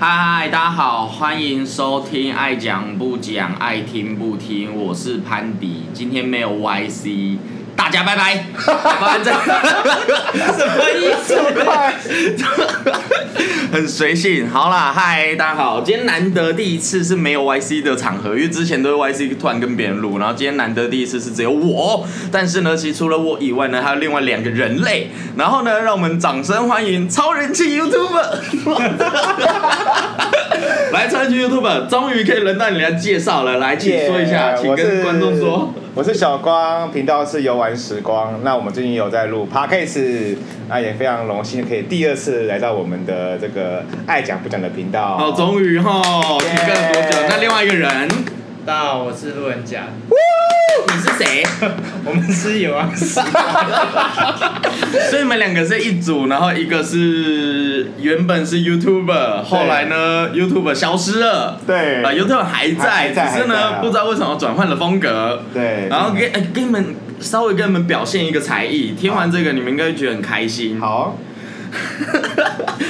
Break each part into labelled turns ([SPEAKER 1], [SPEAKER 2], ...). [SPEAKER 1] 嗨，大家好，欢迎收听《爱讲不讲，爱听不听》，我是潘迪，今天没有 YC，大家拜拜。反正什么意思？很随性。好啦，嗨，大家好，今天难得第一次是没有 YC 的场合，因为之前都是 YC 突然跟别人录，然后今天难得第一次是只有我。但是呢，其实除了我以外呢，还有另外两个人类。然后呢，让我们掌声欢迎超人气 YouTuber，来，超人气 YouTuber，终于可以轮到你来介绍了。来，请说一下
[SPEAKER 2] Yeah，
[SPEAKER 1] 请
[SPEAKER 2] 哎我
[SPEAKER 1] 跟
[SPEAKER 2] 是
[SPEAKER 1] 观众说。
[SPEAKER 2] 我是小光，频道是游玩时光。那我们最近有在录 podcast，那也非常荣幸可以第二次来到我们的这个爱讲不讲的频道。
[SPEAKER 1] 好，终于哈，停更了多久？
[SPEAKER 2] Yeah
[SPEAKER 1] 那另外一个人，
[SPEAKER 3] 大家好，我是路人甲，
[SPEAKER 1] 你是谁？
[SPEAKER 3] 我们是有啊，
[SPEAKER 1] 所以你们两个是一组，然后一个是原本是 YouTuber，后来呢 YouTuber 消失了，
[SPEAKER 2] 对
[SPEAKER 1] 啊 YouTuber 还在，
[SPEAKER 2] 还在
[SPEAKER 1] 只是
[SPEAKER 2] 还在
[SPEAKER 1] 呢
[SPEAKER 2] 啊
[SPEAKER 1] 不知道为什么转换了风格，
[SPEAKER 2] 对嗯
[SPEAKER 1] 然后给哎给你们稍微给你们表现一个才艺，听完这个你们应该会觉得很开心。，
[SPEAKER 2] 好，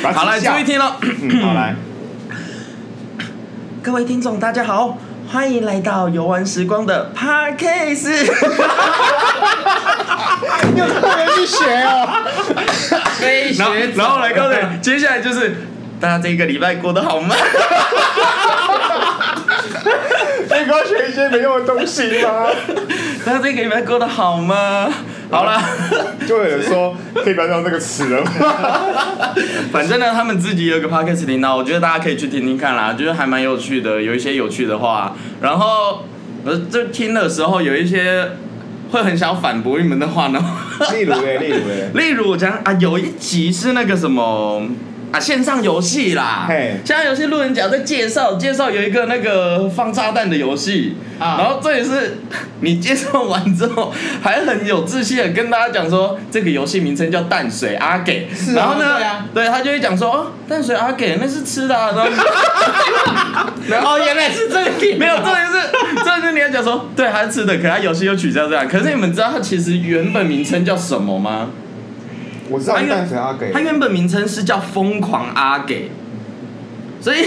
[SPEAKER 2] 把它
[SPEAKER 1] 好了，
[SPEAKER 2] 吃下
[SPEAKER 1] 注意听喽。
[SPEAKER 2] 嗯，好来，
[SPEAKER 1] 各位听众，大家好，欢迎来到游玩时光的 Parkcase。
[SPEAKER 2] 你有特别去学哦。
[SPEAKER 3] 飞
[SPEAKER 1] 然后
[SPEAKER 3] 学
[SPEAKER 1] 然后来告诉你， 接下来就是大家这一个礼拜过得好吗？
[SPEAKER 2] 你给我学一些没用的东西吗？
[SPEAKER 1] 大家这个礼拜过得好吗？好了。
[SPEAKER 2] 就有人说可以不要用这个词了 吗？
[SPEAKER 1] 反正呢，他们自己有个 podcast 频道，我觉得大家可以去听听看啦，就是还蛮有趣的，有一些有趣的话。然后，呃，就听的时候有一些会很想反驳你们的话呢。
[SPEAKER 2] 例如哎，例如哎，
[SPEAKER 1] 例如我讲啊，有一集是那个什么啊，线上游戏啦，
[SPEAKER 2] 嘿
[SPEAKER 1] 线上游戏路人甲在介绍介绍有一个那个放炸弹的游戏，
[SPEAKER 3] 啊
[SPEAKER 1] 然后这也是 你介绍完之后还很有自信的跟大家讲说这个游戏名称叫淡水阿给，
[SPEAKER 3] 啊
[SPEAKER 1] 然后呢，
[SPEAKER 3] 对啊
[SPEAKER 1] 他就会讲说哦淡水阿给那是吃的、啊，然后你就
[SPEAKER 3] 哦，原来是这里，
[SPEAKER 1] 没有，重点是，重点是你要讲说，对，他是吃的，可他游戏又取消这样。可是你们知道他其实原本名称叫什么吗？
[SPEAKER 2] 我知道你淡水阿给
[SPEAKER 1] 他，原本名称是叫疯狂阿给，所以，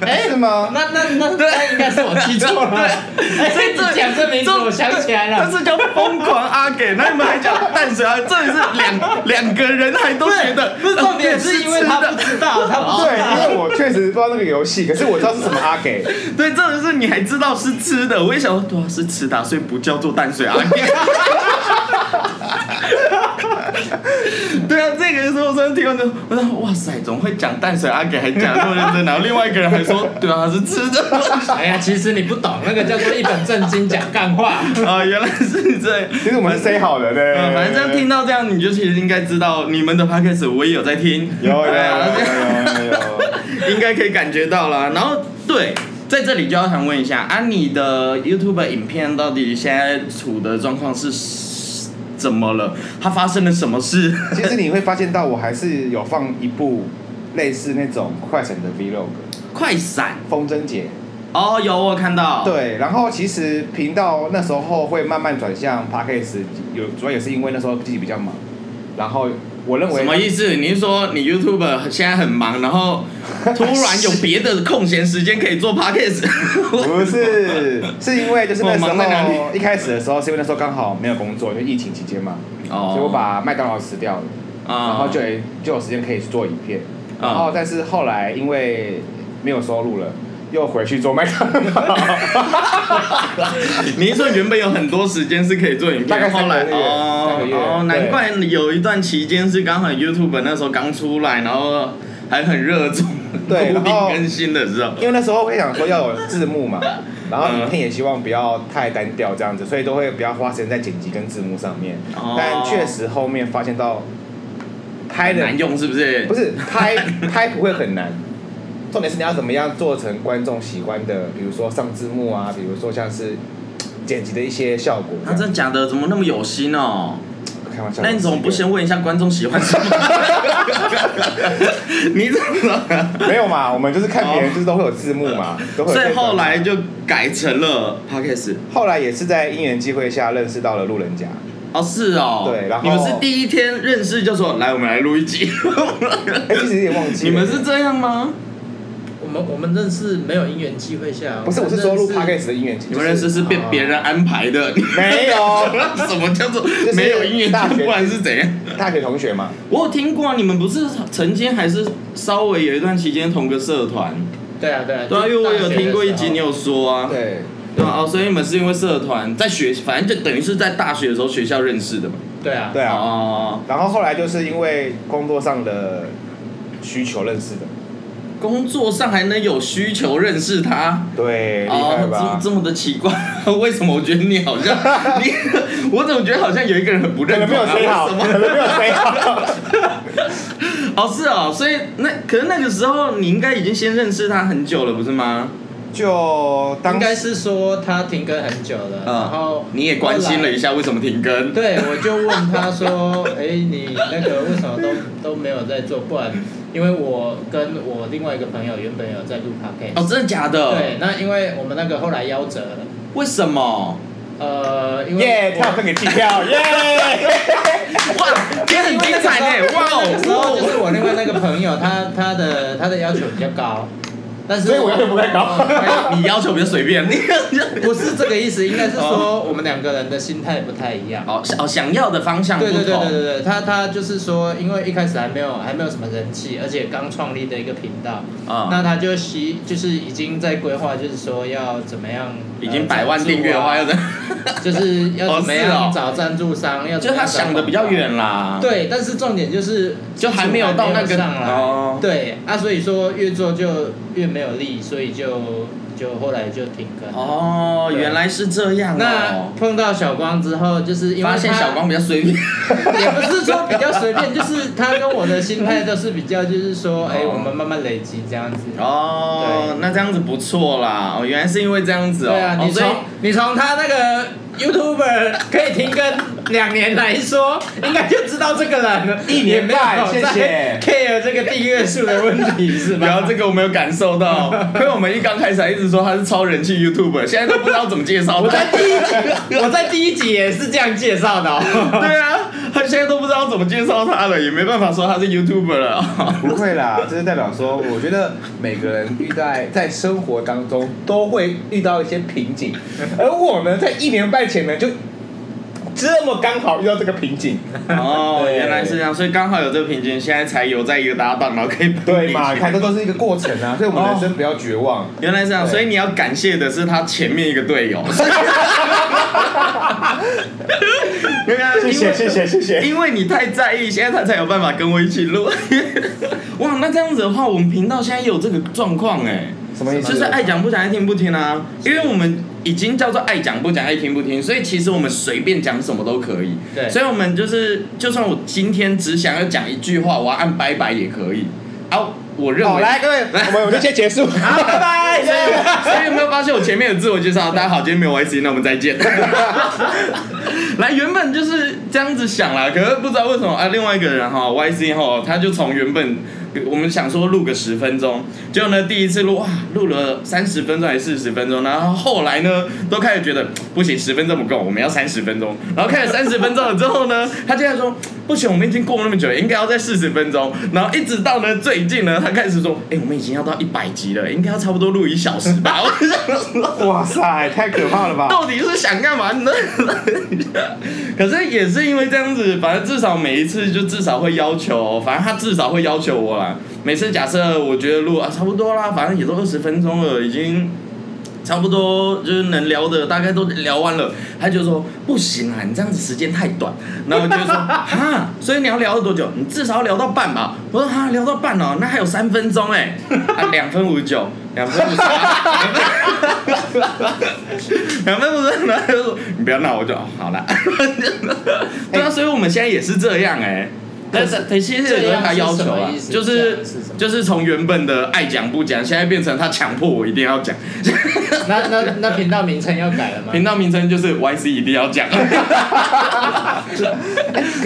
[SPEAKER 3] 哎
[SPEAKER 2] 是吗？
[SPEAKER 3] 那那那那应该是我 记错了， 哎，
[SPEAKER 1] 所以
[SPEAKER 3] 你讲这名字，我想起来
[SPEAKER 1] 他
[SPEAKER 3] 了，
[SPEAKER 1] 是叫疯狂阿给，那你们还叫淡水阿给，这里是两两个人还都觉得，
[SPEAKER 3] 不是重点是因为他
[SPEAKER 1] 呃
[SPEAKER 3] 不知道，他不知
[SPEAKER 2] 对，因
[SPEAKER 3] 道，
[SPEAKER 2] 为我确实不知道那个游戏，可是我知道是什么阿给。
[SPEAKER 1] 对，重点是你还知道是吃的，我也想说，对啊，是吃的啊，所以不叫做淡水阿给。 对啊，这个时候我真的听完之后，我说哇塞，总会讲淡水阿给，还讲那么认真，然后另外一个人还说，对啊，是吃的。
[SPEAKER 3] 哎呀，其实你不懂，那个叫做一本正经讲干话，
[SPEAKER 1] 啊，原来是这样。
[SPEAKER 2] 其实我们是 say 好的呢
[SPEAKER 1] 嗯，，反正听到这样，你就其实应该知道，你们的 podcast 我也有在听，
[SPEAKER 2] 有有 有
[SPEAKER 1] 对啊
[SPEAKER 2] 有有 有。
[SPEAKER 1] 应该可以感觉到啦。然后对，在这里就要想问一下，啊，你的 YouTube 影片到底现在处的状况是怎么了？它发生了什么事？
[SPEAKER 2] 其实你会发现到，我还是有放一部类似那种快闪的 vlog，
[SPEAKER 1] 快闪
[SPEAKER 2] 风筝节。
[SPEAKER 1] 哦，有我看到，，
[SPEAKER 2] 对，然后其实频道那时候会慢慢转向 podcast，有主要也是因为那时候自己比较忙，然后我认为
[SPEAKER 1] 什么意思？你是说你 YouTube 现在很忙，然后突然有别的空闲时间可以做 podcast？
[SPEAKER 2] 不是， 是因为就是那时
[SPEAKER 1] 我忙在哪
[SPEAKER 2] 候
[SPEAKER 1] 里
[SPEAKER 2] 一开始的时候，是因为那时候刚好没有工作，因为疫情期间嘛，
[SPEAKER 1] 哦
[SPEAKER 2] 所以我把麦当劳辞掉了。
[SPEAKER 1] 啊
[SPEAKER 2] 然后就有就有时间可以去做影片，
[SPEAKER 1] 嗯
[SPEAKER 2] 然后但是后来因为没有收入了，又回去做麦当劳，
[SPEAKER 1] 你是说原本有很多时间是可以做影
[SPEAKER 2] 大概
[SPEAKER 1] 片，
[SPEAKER 2] 三
[SPEAKER 1] 后
[SPEAKER 2] 个
[SPEAKER 1] 来
[SPEAKER 2] 月
[SPEAKER 1] 哦
[SPEAKER 2] 三个月
[SPEAKER 1] 哦，
[SPEAKER 2] 对
[SPEAKER 1] 难怪有一段期间是刚好 YouTube 那时候刚出来，然后还很热衷
[SPEAKER 2] 对
[SPEAKER 1] 固
[SPEAKER 2] 然
[SPEAKER 1] 定
[SPEAKER 2] 后
[SPEAKER 1] 更新的时候。
[SPEAKER 2] 因为那时候会想说要有字幕嘛，
[SPEAKER 1] 嗯
[SPEAKER 2] 然后影片也希望不要太单调这样子，所以都会比较花时间在剪辑跟字幕上面
[SPEAKER 1] 哦，
[SPEAKER 2] 但确实后面发现到拍
[SPEAKER 1] 很
[SPEAKER 2] 的
[SPEAKER 1] 难用是不是？啊
[SPEAKER 2] 不是 拍拍不会很难。重点是你要怎么样做成观众喜欢的，比如说上字幕啊，比如说像是剪辑的一些效果
[SPEAKER 1] 啊，
[SPEAKER 2] 这样。
[SPEAKER 1] 真的假的？怎么那么有心哦？
[SPEAKER 2] 开玩笑，
[SPEAKER 1] 那你怎么不
[SPEAKER 2] 是一个
[SPEAKER 1] 先问一下观众喜欢什 么？ 你怎么？
[SPEAKER 2] 没有嘛，我们就是看别人，就是都会有字幕嘛， 都会有
[SPEAKER 1] 哦所
[SPEAKER 2] 这
[SPEAKER 1] 以
[SPEAKER 2] 个。
[SPEAKER 1] 后来就改成了 Podcast。
[SPEAKER 2] 后来也是在因缘机会下认识到了路人甲，
[SPEAKER 1] 哦，是哦。
[SPEAKER 2] 对然后
[SPEAKER 1] 你们是第一天认识就说来，我们来录一集。
[SPEAKER 2] 哎、其实也忘记
[SPEAKER 1] 你
[SPEAKER 2] 了
[SPEAKER 1] 们是这样吗？
[SPEAKER 3] 我们我们认识没有因缘机会下，哦
[SPEAKER 2] 不是，我是说录 podcast 的姻缘，
[SPEAKER 1] 你们认识是被别人安排的？
[SPEAKER 2] 没有
[SPEAKER 1] 什么叫做
[SPEAKER 2] 是
[SPEAKER 1] 没有姻缘
[SPEAKER 2] 大学
[SPEAKER 1] 不然是怎样？
[SPEAKER 2] 大学同学嘛？
[SPEAKER 1] 我有听过啊，你们不是曾经还是稍微有一段期间同个社团？
[SPEAKER 3] 对啊对啊，
[SPEAKER 1] 对啊，因为我有听过一集，你有说啊，
[SPEAKER 2] 对，
[SPEAKER 1] 对啊，哦，所以你们是因为社团在学，反正就等于是在大学的时候学校认识的嘛。
[SPEAKER 3] 对啊
[SPEAKER 2] 对啊。
[SPEAKER 1] 哦，
[SPEAKER 2] 然后后来就是因为工作上的需求认识的，
[SPEAKER 1] 工作上还能有需求认识他。
[SPEAKER 2] 对，厉害
[SPEAKER 1] 哦
[SPEAKER 2] 吧，？
[SPEAKER 1] 这这么的奇怪， 为什么我觉得你好像你，我怎么觉得好像有一个人很不
[SPEAKER 2] 可
[SPEAKER 1] 认
[SPEAKER 2] 能没
[SPEAKER 1] 同
[SPEAKER 2] 有
[SPEAKER 1] 啊？
[SPEAKER 2] 吹好，
[SPEAKER 1] 为
[SPEAKER 2] 可
[SPEAKER 1] 什么
[SPEAKER 2] 能没有吹好。
[SPEAKER 1] 哦，是哦，所以那可是那个时候你应该已经先认识他很久了，不是吗？
[SPEAKER 2] 就当
[SPEAKER 3] 应该是说他停更很久了，
[SPEAKER 1] 呃
[SPEAKER 2] 啊
[SPEAKER 3] 然后
[SPEAKER 1] 你也关心了一
[SPEAKER 3] 下。
[SPEAKER 1] 下为什么停更？
[SPEAKER 3] 对，我就问他说：“哎、你那个为什么都都没有在做？不然，因为我跟我另外一个朋友原本有在录 podcast，、
[SPEAKER 1] 哦，真的假的？
[SPEAKER 3] 对，，那因为我们那个后来夭折了，
[SPEAKER 1] 为什么？
[SPEAKER 3] 呃，因为
[SPEAKER 2] 耶，
[SPEAKER 3] 我
[SPEAKER 2] 他有分给机票，耶！
[SPEAKER 1] 哇，今天很精彩 呢！哇
[SPEAKER 3] 那个时候就是
[SPEAKER 1] 哦，
[SPEAKER 3] 我另外那个朋友，他他的他的要求比较高，但是
[SPEAKER 2] 哦所以我要求不太高
[SPEAKER 3] 呃
[SPEAKER 1] 你要求比较随便， 你
[SPEAKER 3] 不是这个意思，应该是说
[SPEAKER 2] 哦
[SPEAKER 3] 我们两个人的心态不太一样。
[SPEAKER 1] 哦想哦想要的方向不
[SPEAKER 3] 对
[SPEAKER 1] 同。
[SPEAKER 3] 对对对对对，他他就是说，因为一开始还没有还没有什么人气，而且刚创立的一个频道，
[SPEAKER 1] 啊
[SPEAKER 3] 那他就希就是已经在规划，就是说要怎么样，呃
[SPEAKER 1] 已经百万订阅的话，要
[SPEAKER 3] 要
[SPEAKER 1] 怎？
[SPEAKER 3] 啊 就是要怎么
[SPEAKER 1] 哦
[SPEAKER 3] 样
[SPEAKER 1] 是
[SPEAKER 3] 找赞助商，要怎
[SPEAKER 1] 就
[SPEAKER 3] 么
[SPEAKER 1] 他
[SPEAKER 3] 样找
[SPEAKER 1] 想的比较远啦。
[SPEAKER 3] 广告。对，但是重点就是
[SPEAKER 1] 就还没有到那个
[SPEAKER 3] 基础还没有上来，
[SPEAKER 1] 哦
[SPEAKER 3] 对啊，所以说越做就越没有力，所以就就后来就停更。
[SPEAKER 1] 哦，
[SPEAKER 3] 对
[SPEAKER 1] 原来是这样
[SPEAKER 3] 那
[SPEAKER 1] 哦。
[SPEAKER 3] 碰到小光之后，就是因为
[SPEAKER 1] 发现
[SPEAKER 3] 他
[SPEAKER 1] 小光比较随 便。
[SPEAKER 3] 也不是说比较随便，就是他跟我的心态都是比较，就是说，哎、我们慢慢累积这样子。
[SPEAKER 1] 哦，那这样子不错啦。哦，原来是因为这样子哦。
[SPEAKER 3] 对啊，
[SPEAKER 1] 哦
[SPEAKER 3] 你
[SPEAKER 1] 所
[SPEAKER 3] 从、
[SPEAKER 1] 以
[SPEAKER 3] 你从他那个 YouTuber 可以停更两年来说，应该就知道这个人 了。
[SPEAKER 2] 一年半
[SPEAKER 3] 也没有在 care 这个订阅数的问题是
[SPEAKER 1] 然后
[SPEAKER 3] 吧？
[SPEAKER 1] 这个我没有感受到，因为我们一刚开始还一直说他是超人气 YouTuber，现在都不知道怎么介绍
[SPEAKER 3] 我
[SPEAKER 1] 他
[SPEAKER 3] 在。第一集，我在第一集也是这样介绍的、哦。
[SPEAKER 1] 对啊，他现在都不知道怎么介绍他了，也没办法说他是 YouTuber 了。
[SPEAKER 2] 不会啦，这是代表说，我觉得每个人遇到在生活当中都会遇到一些瓶颈，而我呢，在一年半前呢，就这么刚好遇到这个瓶颈，
[SPEAKER 1] 哦，
[SPEAKER 2] 对
[SPEAKER 1] 原来是这样，所以刚好有这个瓶颈，现在才有在一个搭档，然后可以帮
[SPEAKER 2] 对
[SPEAKER 1] 你
[SPEAKER 2] 嘛？ 你看，这都是一个过程
[SPEAKER 1] 哦
[SPEAKER 2] 啊，所以我们人生不要绝望。
[SPEAKER 1] 原来是这样，
[SPEAKER 2] 对
[SPEAKER 1] 所以你要感谢的是他前面一个队 友。对啊
[SPEAKER 2] 谢谢谢谢谢谢。
[SPEAKER 1] 因为你太在意，现在他才有办法跟我一起录。 哇，那这样子的话，我们频道现在也有这个状况哎，
[SPEAKER 2] 什么意思？
[SPEAKER 1] 就是爱讲不讲，爱听不听啊。因为我们已经叫做爱讲不讲，爱听不听，所以其实我们随便讲什么都可以。
[SPEAKER 3] 对
[SPEAKER 1] 所以我们就是，就算我今天只想要讲一句话，我要按拜拜也可以。啊，我认为
[SPEAKER 2] 好，来各位，我们我们就先结 束，
[SPEAKER 1] 好，拜拜。所
[SPEAKER 2] 耶
[SPEAKER 1] 以， 所以有没有发现我前面有自我介绍？大家好，今天没有 YC，那我们再见。来，原本就是这样子想啦，可是不知道为什么啊，另外一个人哈，YC 哈，他就从原本我们想说录个十分钟，结果呢第一次录哇，录了三十分钟还是四十分钟，然后后来呢都开始觉得不行，十分钟不够，我们要三十分钟，然后开始三十分钟了之后呢，他竟然说不行，我们已经过那么久了，应该要在四十分钟，然后一直到呢最近呢，他开始说，哎、我们已经要到一百集了，应该要差不多录一小时吧，我就想说。
[SPEAKER 2] 哇塞，太可怕了 吧！
[SPEAKER 1] 到底是想干嘛呢？ 可是也是因为这样子，反正至少每一次就至少会要求，反正他至少会要求我啦。每次假设我觉得录啊差不多啦，反正也都二十分钟了，已经差不多就是能聊的大概都聊完了，他就说不行啊，你这样子时间太短。然后我就说哈，所以你要聊了多久？你至少要聊到半吧。我说哈，聊到半哦，那还有三分钟哎、啊，两分五十九，两分五十 八，两分五十八，然后他就说你不要闹，我就哦好了。对啊，所以我们现在也是这样哎、但是，但其实也有他要求啊，就
[SPEAKER 3] 这
[SPEAKER 1] 是
[SPEAKER 3] 样是什么意思
[SPEAKER 1] 就是从原本的爱讲不讲，现在变成他强迫我一定要讲。
[SPEAKER 3] 那那那频道名称要改了吗？
[SPEAKER 1] 频道名称就是 YC 一定要 讲。
[SPEAKER 2] 可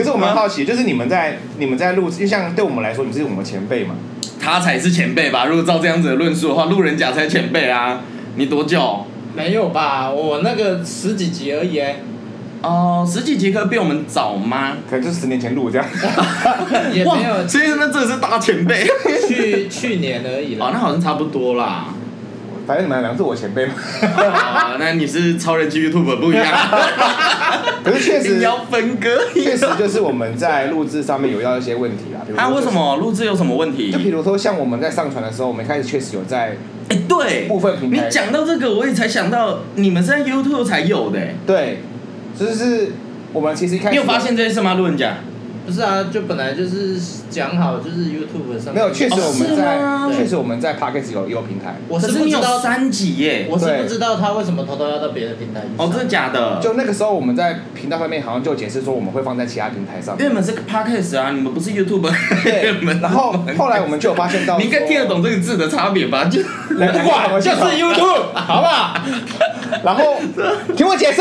[SPEAKER 2] 是我蛮好奇，就是你们在你们在录，因为像对我们来说，你是我们前辈嘛，
[SPEAKER 1] 他才是前辈吧？如果照这样子的论述的话，路人甲才前辈啊！你多久？
[SPEAKER 3] 没有吧？我那个十几集而已、哎
[SPEAKER 1] 哦，实际节课比我们早吗？
[SPEAKER 2] 可能就是十年前录这样。
[SPEAKER 3] 也
[SPEAKER 1] 哇
[SPEAKER 3] 没，有
[SPEAKER 1] 所以那真的是大前 辈。
[SPEAKER 3] 去去年而已
[SPEAKER 1] 哦，那
[SPEAKER 3] 啦。
[SPEAKER 1] 好像差不多啦。
[SPEAKER 2] 反正你们两个是我前辈嘛，
[SPEAKER 1] 哦，那你是超人去 YouTube 不一 样，啊
[SPEAKER 2] 可是确
[SPEAKER 1] 你
[SPEAKER 2] 实
[SPEAKER 1] 要分割。
[SPEAKER 2] 确实就是我们在录制上面有遇到一些问题啦。比如说
[SPEAKER 1] 啊，为什？么录制有什么问题
[SPEAKER 2] 就？比如说像我们在上传的时候，我们一开始确实有在
[SPEAKER 1] 哎、对，
[SPEAKER 2] 部分平
[SPEAKER 1] 你
[SPEAKER 2] 台
[SPEAKER 1] 讲到这个，我也才想到，你们是在 YouTube 才有的、欸
[SPEAKER 2] 对，就是我们其实一开始
[SPEAKER 1] 你有发现这件事吗？路人甲？
[SPEAKER 3] 不是啊，就本来就是讲好，就是 YouTube 上面
[SPEAKER 2] 没有？确实我们在
[SPEAKER 1] 哦是吗
[SPEAKER 2] 确实我们在 p o d c a s t 有有平台，
[SPEAKER 3] 我
[SPEAKER 1] 可
[SPEAKER 3] 是
[SPEAKER 1] 是
[SPEAKER 3] 不
[SPEAKER 1] 你
[SPEAKER 3] 知
[SPEAKER 1] 有
[SPEAKER 3] 道，
[SPEAKER 1] 三集耶、
[SPEAKER 3] 我是
[SPEAKER 2] 对
[SPEAKER 3] 不知道他为什么偷偷要到别的平台去上。
[SPEAKER 1] 哦，真的假的？
[SPEAKER 2] 就那个时候我们在频道上面好像就解释说我们会放在其他平台 上
[SPEAKER 1] 因为。你们是个 Podcast 啊，你们不是 YouTube。你们
[SPEAKER 2] 对，然后后来我们就有发现到说，
[SPEAKER 1] 你应该 听得懂这个字的差别吧？就啊
[SPEAKER 2] 来，不管
[SPEAKER 1] 就是
[SPEAKER 2] YouTube，好不好？ 然后听我解释，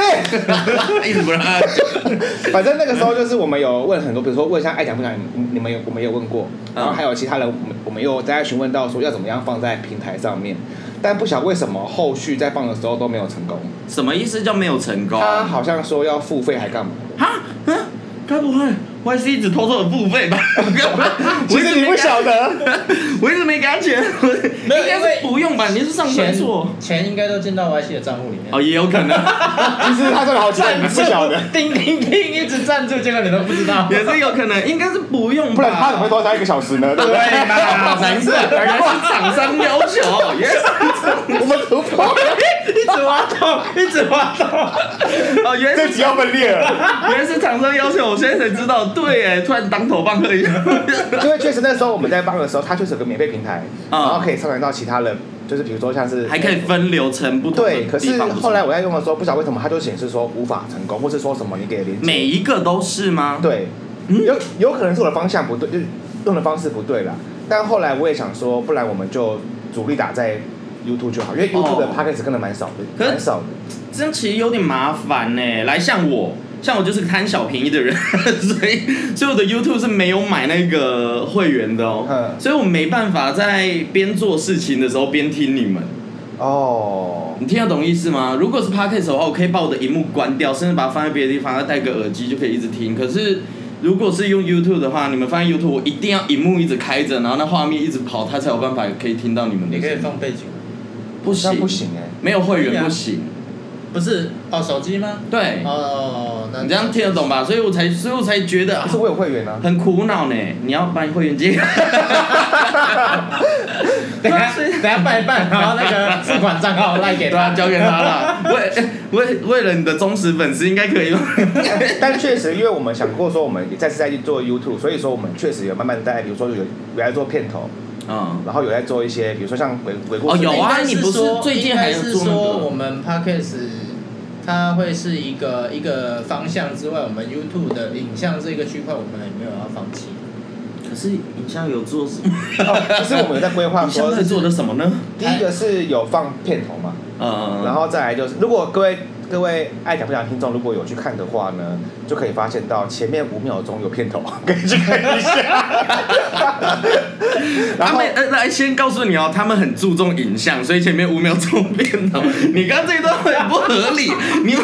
[SPEAKER 1] 一直不让他讲
[SPEAKER 2] 反正那个时候就是我们有问很多，比如说问像爱讲不讲，你你们有我们有问过，然后还有其他人，我们我们又大家询问到说要怎么样放在平台上面，但不晓得为什么后续在放的时候都没有成功，
[SPEAKER 1] 什么意思叫没有成功？
[SPEAKER 2] 他好像说要付费还干嘛？
[SPEAKER 1] 哈，嗯该不会 Y C 一直偷偷的付 费吧？
[SPEAKER 2] 其实你不晓得，
[SPEAKER 1] 我一直没给他钱，我应
[SPEAKER 3] 没有
[SPEAKER 1] 该是不用吧？你是上传
[SPEAKER 3] 钱
[SPEAKER 1] 错
[SPEAKER 3] 钱应该都进到 YC 的账户里面。
[SPEAKER 1] 哦，也有可能，
[SPEAKER 2] 其实他赚了好几万，你
[SPEAKER 3] 赞
[SPEAKER 2] 不
[SPEAKER 3] 助
[SPEAKER 2] 晓得，，
[SPEAKER 3] 叮叮叮，一直赞助，结果你都不知道。
[SPEAKER 1] 也是有可能，应该是不用吧？
[SPEAKER 2] 不然他怎么会多加一个小时呢？ 对不
[SPEAKER 1] 对
[SPEAKER 2] 对？
[SPEAKER 1] 嘛？难是原来是厂商要求， 原来是
[SPEAKER 2] 我们突破，
[SPEAKER 3] 一直挖洞，一直挖洞。
[SPEAKER 1] 哦，原来
[SPEAKER 2] 这
[SPEAKER 1] 是
[SPEAKER 2] 集要分裂 了。
[SPEAKER 1] 原来是厂商要求，我现在才知道，对哎，突然当头棒喝一 下，
[SPEAKER 2] 因为确实那时候我们在帮的时候，它确实有个免费平台，
[SPEAKER 1] 嗯
[SPEAKER 2] 然后可以上传到其他人，就是比如说像是
[SPEAKER 1] 还可以分流成不同的
[SPEAKER 2] 对，可
[SPEAKER 1] 地
[SPEAKER 2] 是
[SPEAKER 1] 方。不
[SPEAKER 2] 后来我在用的时候，不晓得为什么它就显示说无法成功，或是说什么你给连接，
[SPEAKER 1] 每一个都是吗？
[SPEAKER 2] 对，
[SPEAKER 1] 嗯
[SPEAKER 2] 有有可能是我的方向不对，就是用的方式不对啦。但后来我也想说，不然我们就主力打在 YouTube 就好，因为 YouTube 的
[SPEAKER 1] 哦
[SPEAKER 2] Podcast 真的蛮少的，
[SPEAKER 1] 可是
[SPEAKER 2] 蛮少的。
[SPEAKER 1] 这样其实有点麻烦呢、来，像我，像我就是个贪小便宜的人， 所以所以我的 YouTube 是没有买那个会员的哦、
[SPEAKER 2] 嗯
[SPEAKER 1] 所以我没办法在边做事情的时候边听你们。
[SPEAKER 2] 哦，
[SPEAKER 1] 你听得懂意思吗？如果是 Podcast 的话，我可以把我的荧幕关掉，甚至把它放在别的地方，再戴个耳机就可以一直听。可是如果是用 YouTube 的话，你们放在 YouTube，我一定要荧幕一直开着，然后那画面一直跑，它才有办法可以听到 你们的
[SPEAKER 3] 你可以
[SPEAKER 1] 声音。
[SPEAKER 3] 放背景吗，
[SPEAKER 1] 不
[SPEAKER 2] 那
[SPEAKER 1] 行，
[SPEAKER 2] 不，行哎、
[SPEAKER 1] 没有会
[SPEAKER 3] 可以
[SPEAKER 1] 员
[SPEAKER 3] 啊
[SPEAKER 1] 不行。
[SPEAKER 3] 不是哦，手机吗？
[SPEAKER 1] 对，
[SPEAKER 3] 哦，那
[SPEAKER 1] 你这样听得懂吧？所以我才，所以我才觉得
[SPEAKER 2] 可是我有会 员啊。
[SPEAKER 1] 很苦恼呢。你要把你会员接，
[SPEAKER 3] 等下等下办一办，然后那个付款 账号赖给
[SPEAKER 1] 对啊，
[SPEAKER 3] 他。
[SPEAKER 1] 交给他 了。为为为了你的忠实粉丝，应该可 以吧？
[SPEAKER 2] 但确实，因为我们想过说，我们也再次再去做 YouTube，所以说我们确实有慢慢在，比如说有有在做片头，
[SPEAKER 1] 嗯，
[SPEAKER 2] 然后有在做一些，比如说像鬼鬼故
[SPEAKER 1] 哦
[SPEAKER 2] 事
[SPEAKER 1] 有啊
[SPEAKER 3] 应该
[SPEAKER 1] 你不是
[SPEAKER 3] 说
[SPEAKER 1] 最近还有
[SPEAKER 3] 应该是
[SPEAKER 1] 做那个
[SPEAKER 3] 说我们 podcast 它会是一个一个方向之外，我们 YouTube 的影像这个区块我们也没有要放弃。
[SPEAKER 1] 可是影像有做 什么？
[SPEAKER 2] 哦就是我们有在规 划
[SPEAKER 1] 影像
[SPEAKER 2] 说
[SPEAKER 1] 到，底做的什么呢？
[SPEAKER 2] 第一个是有放片头嘛，
[SPEAKER 1] 嗯，
[SPEAKER 2] 然后再来就是，如果各位各位爱讲不讲的听众如果有去看的话呢，就可以发现到前面五秒钟有片头， 可以去 看一下。然
[SPEAKER 1] 他
[SPEAKER 2] 后
[SPEAKER 1] 们呃，来先告诉你哦，他们很注重影像，所以前面五秒钟变 头。你刚刚这一段很不合理，你们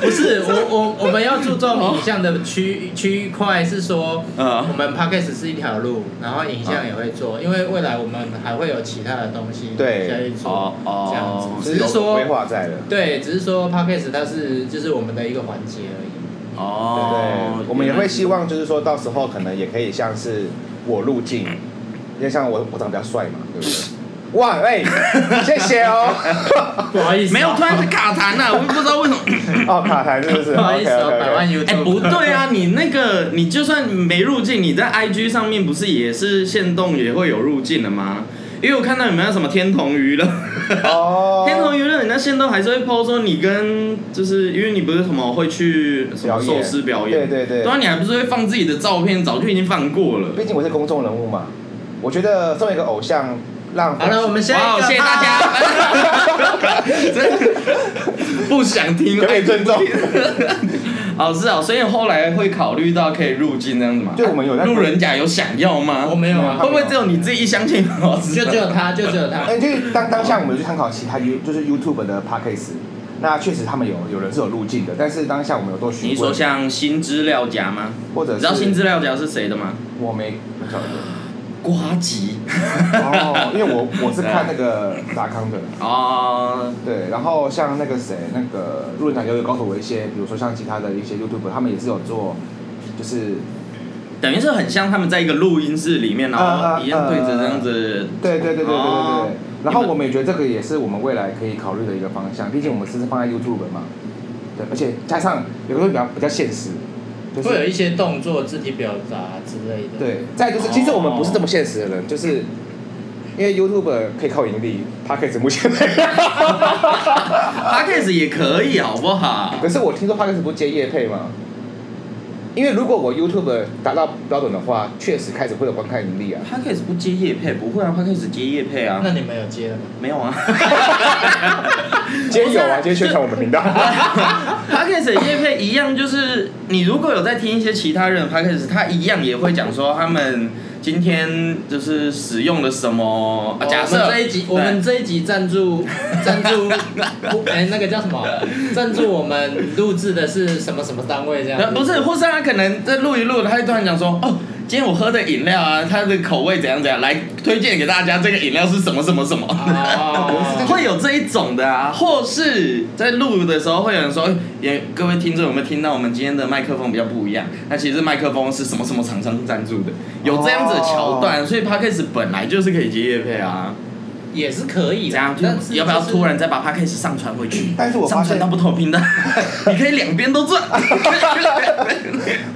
[SPEAKER 3] 不 是，我我我们要注重影像的区区块是说，
[SPEAKER 1] 嗯
[SPEAKER 3] 我们 podcast 是一条路，然后影像也会做，因为未来我们还会有其他的东西
[SPEAKER 2] 对
[SPEAKER 3] 可以做，
[SPEAKER 1] 哦哦
[SPEAKER 3] 这样子，
[SPEAKER 2] 是
[SPEAKER 3] 只
[SPEAKER 2] 有
[SPEAKER 3] 是说
[SPEAKER 2] 规划在的。
[SPEAKER 3] 对，只是说 podcast 它是就是我们的一个环节而已。
[SPEAKER 1] 哦
[SPEAKER 2] 对，，我们也会希望就是说到时候可能也可以像是我入镜，因为像我我长得比较帅嘛，对不 对？哇，哎、谢谢哦。
[SPEAKER 3] 不好意思啊，
[SPEAKER 1] 没有突然卡痰了，我也不知道为什么。
[SPEAKER 2] 哦，卡台是不是？
[SPEAKER 3] 不好意 思哦，
[SPEAKER 2] OK，OK，OK
[SPEAKER 3] 百万 YouTube，
[SPEAKER 1] 哎、不对，啊，你那个你就算没入境，你在 IG 上面不是也是限动也会有入境的吗？因为我看到你们那什么天童娱乐，
[SPEAKER 2] 哦，
[SPEAKER 1] 天童娱乐，人家限动还是会 PO 说你跟就是因为你不是什么会去什么
[SPEAKER 2] 表演
[SPEAKER 1] 寿司表演，啊
[SPEAKER 2] 对对对
[SPEAKER 1] 然后你还不是会放自己的照片，早就已经放过了。
[SPEAKER 2] 毕竟我是公众人物嘛，我觉得作为一个偶像，让
[SPEAKER 3] 好了，我们下
[SPEAKER 1] 哇
[SPEAKER 3] 一
[SPEAKER 1] 哦，
[SPEAKER 3] 个，
[SPEAKER 1] 谢谢大。 家，真的不想听，
[SPEAKER 2] 有点尊重。
[SPEAKER 1] 哦，是啊，所以后来会考虑到可以入境这样子嘛？啊
[SPEAKER 2] 对我们有在
[SPEAKER 1] 路人甲有想要吗？
[SPEAKER 3] 我没有啊
[SPEAKER 1] 会，不会只有你自己一相信我？
[SPEAKER 3] 就只有他，就只有他
[SPEAKER 2] 哎、。去当当下我们去参考其他 U 就是 YouTube 的 podcast，那确实他们有有人是有路径的，但是当下我们有做询
[SPEAKER 1] 你
[SPEAKER 2] 问，
[SPEAKER 1] 说像新资料夹吗？
[SPEAKER 2] 或者
[SPEAKER 1] 你知道
[SPEAKER 2] 是
[SPEAKER 1] 新资料夹是谁的吗？
[SPEAKER 2] 我没我晓得，
[SPEAKER 1] 瓜吉。
[SPEAKER 2] 哦，因为我我是看那 个达康的，
[SPEAKER 1] 哦，
[SPEAKER 2] 对，然后像那个谁，那个论坛有有高手有一些，比如说像其他的一些 YouTube，他们也是有做，就是
[SPEAKER 1] 等于是很像他们在一个录音室里面，然
[SPEAKER 2] 呃
[SPEAKER 1] 后
[SPEAKER 2] 呃
[SPEAKER 1] 一样对着这样子。
[SPEAKER 2] 对对对对对对对。
[SPEAKER 1] 哦
[SPEAKER 2] 然后
[SPEAKER 1] 你们
[SPEAKER 2] 我们也觉得这个也是我们未来可以考虑的一个方向，毕竟我们是放在 YouTube 嘛，对，而且加上有个东西比较比较现实，就
[SPEAKER 3] 会有
[SPEAKER 2] 是
[SPEAKER 3] 一些动作、肢体表达之类的。，
[SPEAKER 2] 对，再就是其实我们不是这么现实的人，就是。因为 YouTube 可以靠盈利 p o d c a s 目前没有。啊
[SPEAKER 1] Podcast 也可以，好不好
[SPEAKER 2] 可？是我听说 p o d c a s 不接业配嘛，因为如果我 YouTube 达到标准的话，确实开始会有观看盈利啊。
[SPEAKER 1] Podcast 不接叶配，不会啊，Podcast 接叶配啊，
[SPEAKER 3] 那你们有接了吗？
[SPEAKER 1] 没有 啊。
[SPEAKER 2] 今天有啊，今天宣传我们频道。
[SPEAKER 1] 啊 Podcast 的叶配一样，就是你如果有在听一些其他人的 Podcast，他一样也会讲说他们今天就是使用了什么。啊、假
[SPEAKER 3] 我
[SPEAKER 1] 设
[SPEAKER 3] 们这一集，
[SPEAKER 1] 对
[SPEAKER 3] 我们这一集 赞助赞助，不哎、那个叫什么？赞助我们录制的是什么什么单位这
[SPEAKER 1] 呃
[SPEAKER 3] 样？
[SPEAKER 1] 不是，，或是他可能在录一录，他就突然讲说，哦，今天我喝的饮料啊，它的口味怎样怎样，来推荐给大家，这个饮料是什么什么什么。
[SPEAKER 3] 哦
[SPEAKER 1] 会有这一种的啊，或是在录的时候会有人说，哎也各位听众有没有听到我们今天的麦克风比较不一样？那其实麦克风是什么什么厂商赞助的，有这样子的桥段，所以 podcast 本来就是可以接业配啊。
[SPEAKER 3] 也是可以
[SPEAKER 1] 这
[SPEAKER 3] 的
[SPEAKER 1] 样，
[SPEAKER 3] 但是、
[SPEAKER 1] 就要不要突然再把 podcast 上传回去？
[SPEAKER 2] 但是我发
[SPEAKER 1] 上
[SPEAKER 2] 现
[SPEAKER 1] 传到不同频道，你可以两边都赚。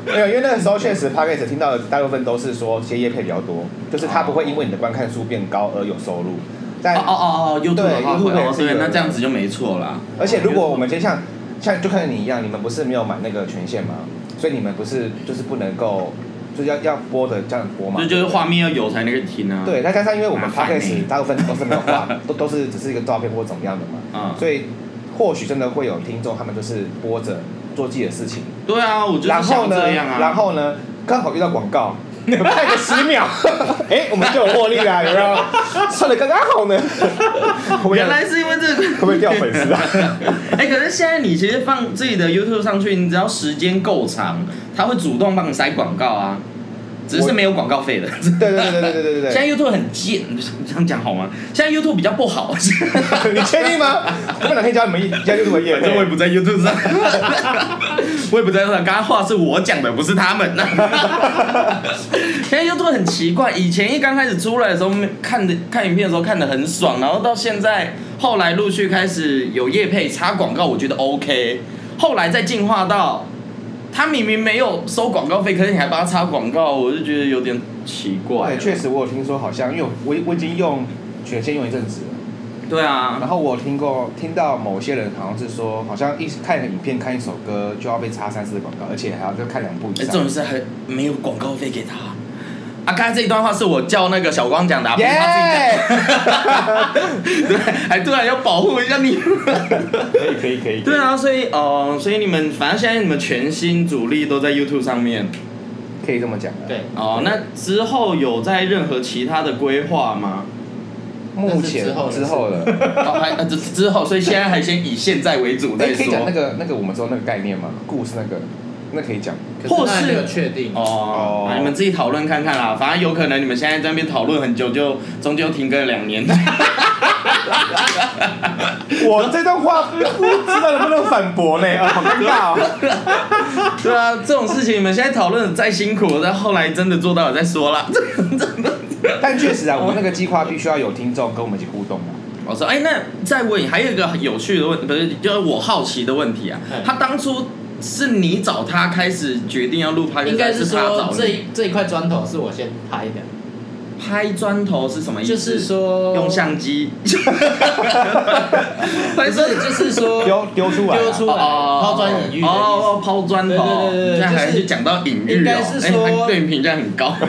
[SPEAKER 2] 没有，因为那个时候确实 p o d c a s 听到的大部分都是说接业配比较多，就是他不会因为你的观看数变高而有收入。但
[SPEAKER 1] 哦哦哦，YouTube
[SPEAKER 2] 对
[SPEAKER 1] 的话
[SPEAKER 2] YouTube
[SPEAKER 1] 会哦
[SPEAKER 2] 也，是有
[SPEAKER 1] 对，
[SPEAKER 2] 的
[SPEAKER 1] 那这样子就没错啦。
[SPEAKER 2] 而且如果我们今天像像就看你一样，你们不是没有买那个权限吗？所以你们不是就是不能够就是要要播的这样播嘛
[SPEAKER 1] 就？就是画面要有才能够听啊。
[SPEAKER 2] 对，再加上因为我们 p
[SPEAKER 1] 麻
[SPEAKER 2] o d c
[SPEAKER 1] 烦
[SPEAKER 2] a
[SPEAKER 1] 欸
[SPEAKER 2] s 大部分都是没有画， 都都是只是一个照片或怎么样的嘛，
[SPEAKER 1] 啊，
[SPEAKER 2] 所以或许真的会有听众他们就是播着做自己的事情，
[SPEAKER 1] 对啊，我就是
[SPEAKER 2] 然后
[SPEAKER 1] 想
[SPEAKER 2] 呢，
[SPEAKER 1] 这样啊。
[SPEAKER 2] 然后呢，刚好遇到广告，拍个十秒， 哎、我们就有获利啦，有没有？算的刚刚好 呢。
[SPEAKER 1] 原来是因为这个。
[SPEAKER 2] 会不会掉粉丝啊？
[SPEAKER 1] 哎、可是现在你其实放自己的 YouTube 上去，你只要时间够长，它会主动帮你塞广告啊，只是
[SPEAKER 2] 我
[SPEAKER 1] 没有广告费的。
[SPEAKER 2] 对对对对对对对
[SPEAKER 1] 现
[SPEAKER 2] 对。
[SPEAKER 1] 在 YouTube 很贱，这样讲好吗？现在 YouTube 比较不好，
[SPEAKER 2] 你确定吗？我们哪天教你们一教就是我业
[SPEAKER 1] 反正我也
[SPEAKER 2] 配，
[SPEAKER 1] 不在 YouTube 上， 我也不在那。刚刚话是我讲的，不是他们。 现在 YouTube 很奇怪，以前一刚开始出来的时候，看的看影片的时候看的很爽，然后到现在后来陆续开始有业配插广告，我觉得 OK。后来再进化到，他明明没有收广告费，可是你还帮他插广告，我就觉得有点奇怪
[SPEAKER 2] 对，
[SPEAKER 1] 了。
[SPEAKER 2] 确实我有听说，好像因为我我已经用权限用一阵子了，
[SPEAKER 1] 对啊，
[SPEAKER 2] 然后我有听过听到某些人好像是说，好像一看影片看一首歌就要被插三次的广告，而且还要再看两部以
[SPEAKER 1] 哎，重
[SPEAKER 2] 上
[SPEAKER 1] 点。是还没有广告费给他。啊，刚才这一段话是我叫那个小光讲的、啊，不是他自己讲的。
[SPEAKER 2] 耶！
[SPEAKER 1] 对，还突然要保护一下你。
[SPEAKER 2] 可以可以可以。
[SPEAKER 1] 对啊，所以呃，所以你们反正现在你们全新主力都在 YouTube 上面
[SPEAKER 2] 可以这么讲啊。
[SPEAKER 3] 对，
[SPEAKER 1] 哦、那之后有在任何其他的规划吗？
[SPEAKER 2] 目前
[SPEAKER 3] 那
[SPEAKER 2] 之
[SPEAKER 3] 是之后
[SPEAKER 2] 后了，
[SPEAKER 1] 哦，还呃之之后，所以现在还先以现在为主
[SPEAKER 2] 哎、
[SPEAKER 1] 再
[SPEAKER 2] 可以讲那
[SPEAKER 1] 说。
[SPEAKER 2] 个那个我们说那个概念吗？故事那个，那可以讲。
[SPEAKER 3] 可
[SPEAKER 1] 或
[SPEAKER 3] 是他还没有
[SPEAKER 1] 是
[SPEAKER 3] 确定。
[SPEAKER 1] 哦
[SPEAKER 2] 哦，
[SPEAKER 1] 啊你们自己讨论看看啦，反正有可能你们现在在那边讨论很久，就终究停更两年。
[SPEAKER 2] 我这段话不知道能不能反驳呢？ 啊，好尴尬哦。
[SPEAKER 1] 对啊，这种事情你们现在讨论得再辛苦，但后来真的做到了再说啦。
[SPEAKER 2] 但确实啊，我们那个计划必须要有听众跟我们一起互动啊。
[SPEAKER 1] 我说，哎、那再问你，还有一个很有趣的问，不是，就是我好奇的问题啊
[SPEAKER 3] 嗯。
[SPEAKER 1] 他当初是你找他开始决定要录拍，
[SPEAKER 3] 应该是
[SPEAKER 1] 还他
[SPEAKER 3] 说
[SPEAKER 1] 找
[SPEAKER 3] 这
[SPEAKER 1] 你
[SPEAKER 3] 一这一块砖头是我先拍的，
[SPEAKER 1] 拍砖头是什么意思？
[SPEAKER 3] 就是说
[SPEAKER 1] 用相 机。
[SPEAKER 3] 不
[SPEAKER 1] 拍砖
[SPEAKER 3] 是就是说
[SPEAKER 2] 丢丢出来、啊，
[SPEAKER 3] 丢出来抛砖引玉的意思
[SPEAKER 1] 哦，抛砖头，
[SPEAKER 3] 对对对对
[SPEAKER 1] 现在还
[SPEAKER 3] 就是
[SPEAKER 1] 去讲到隐喻哦，
[SPEAKER 3] 应该是
[SPEAKER 1] 哎
[SPEAKER 3] 说
[SPEAKER 1] 还对你评价很高。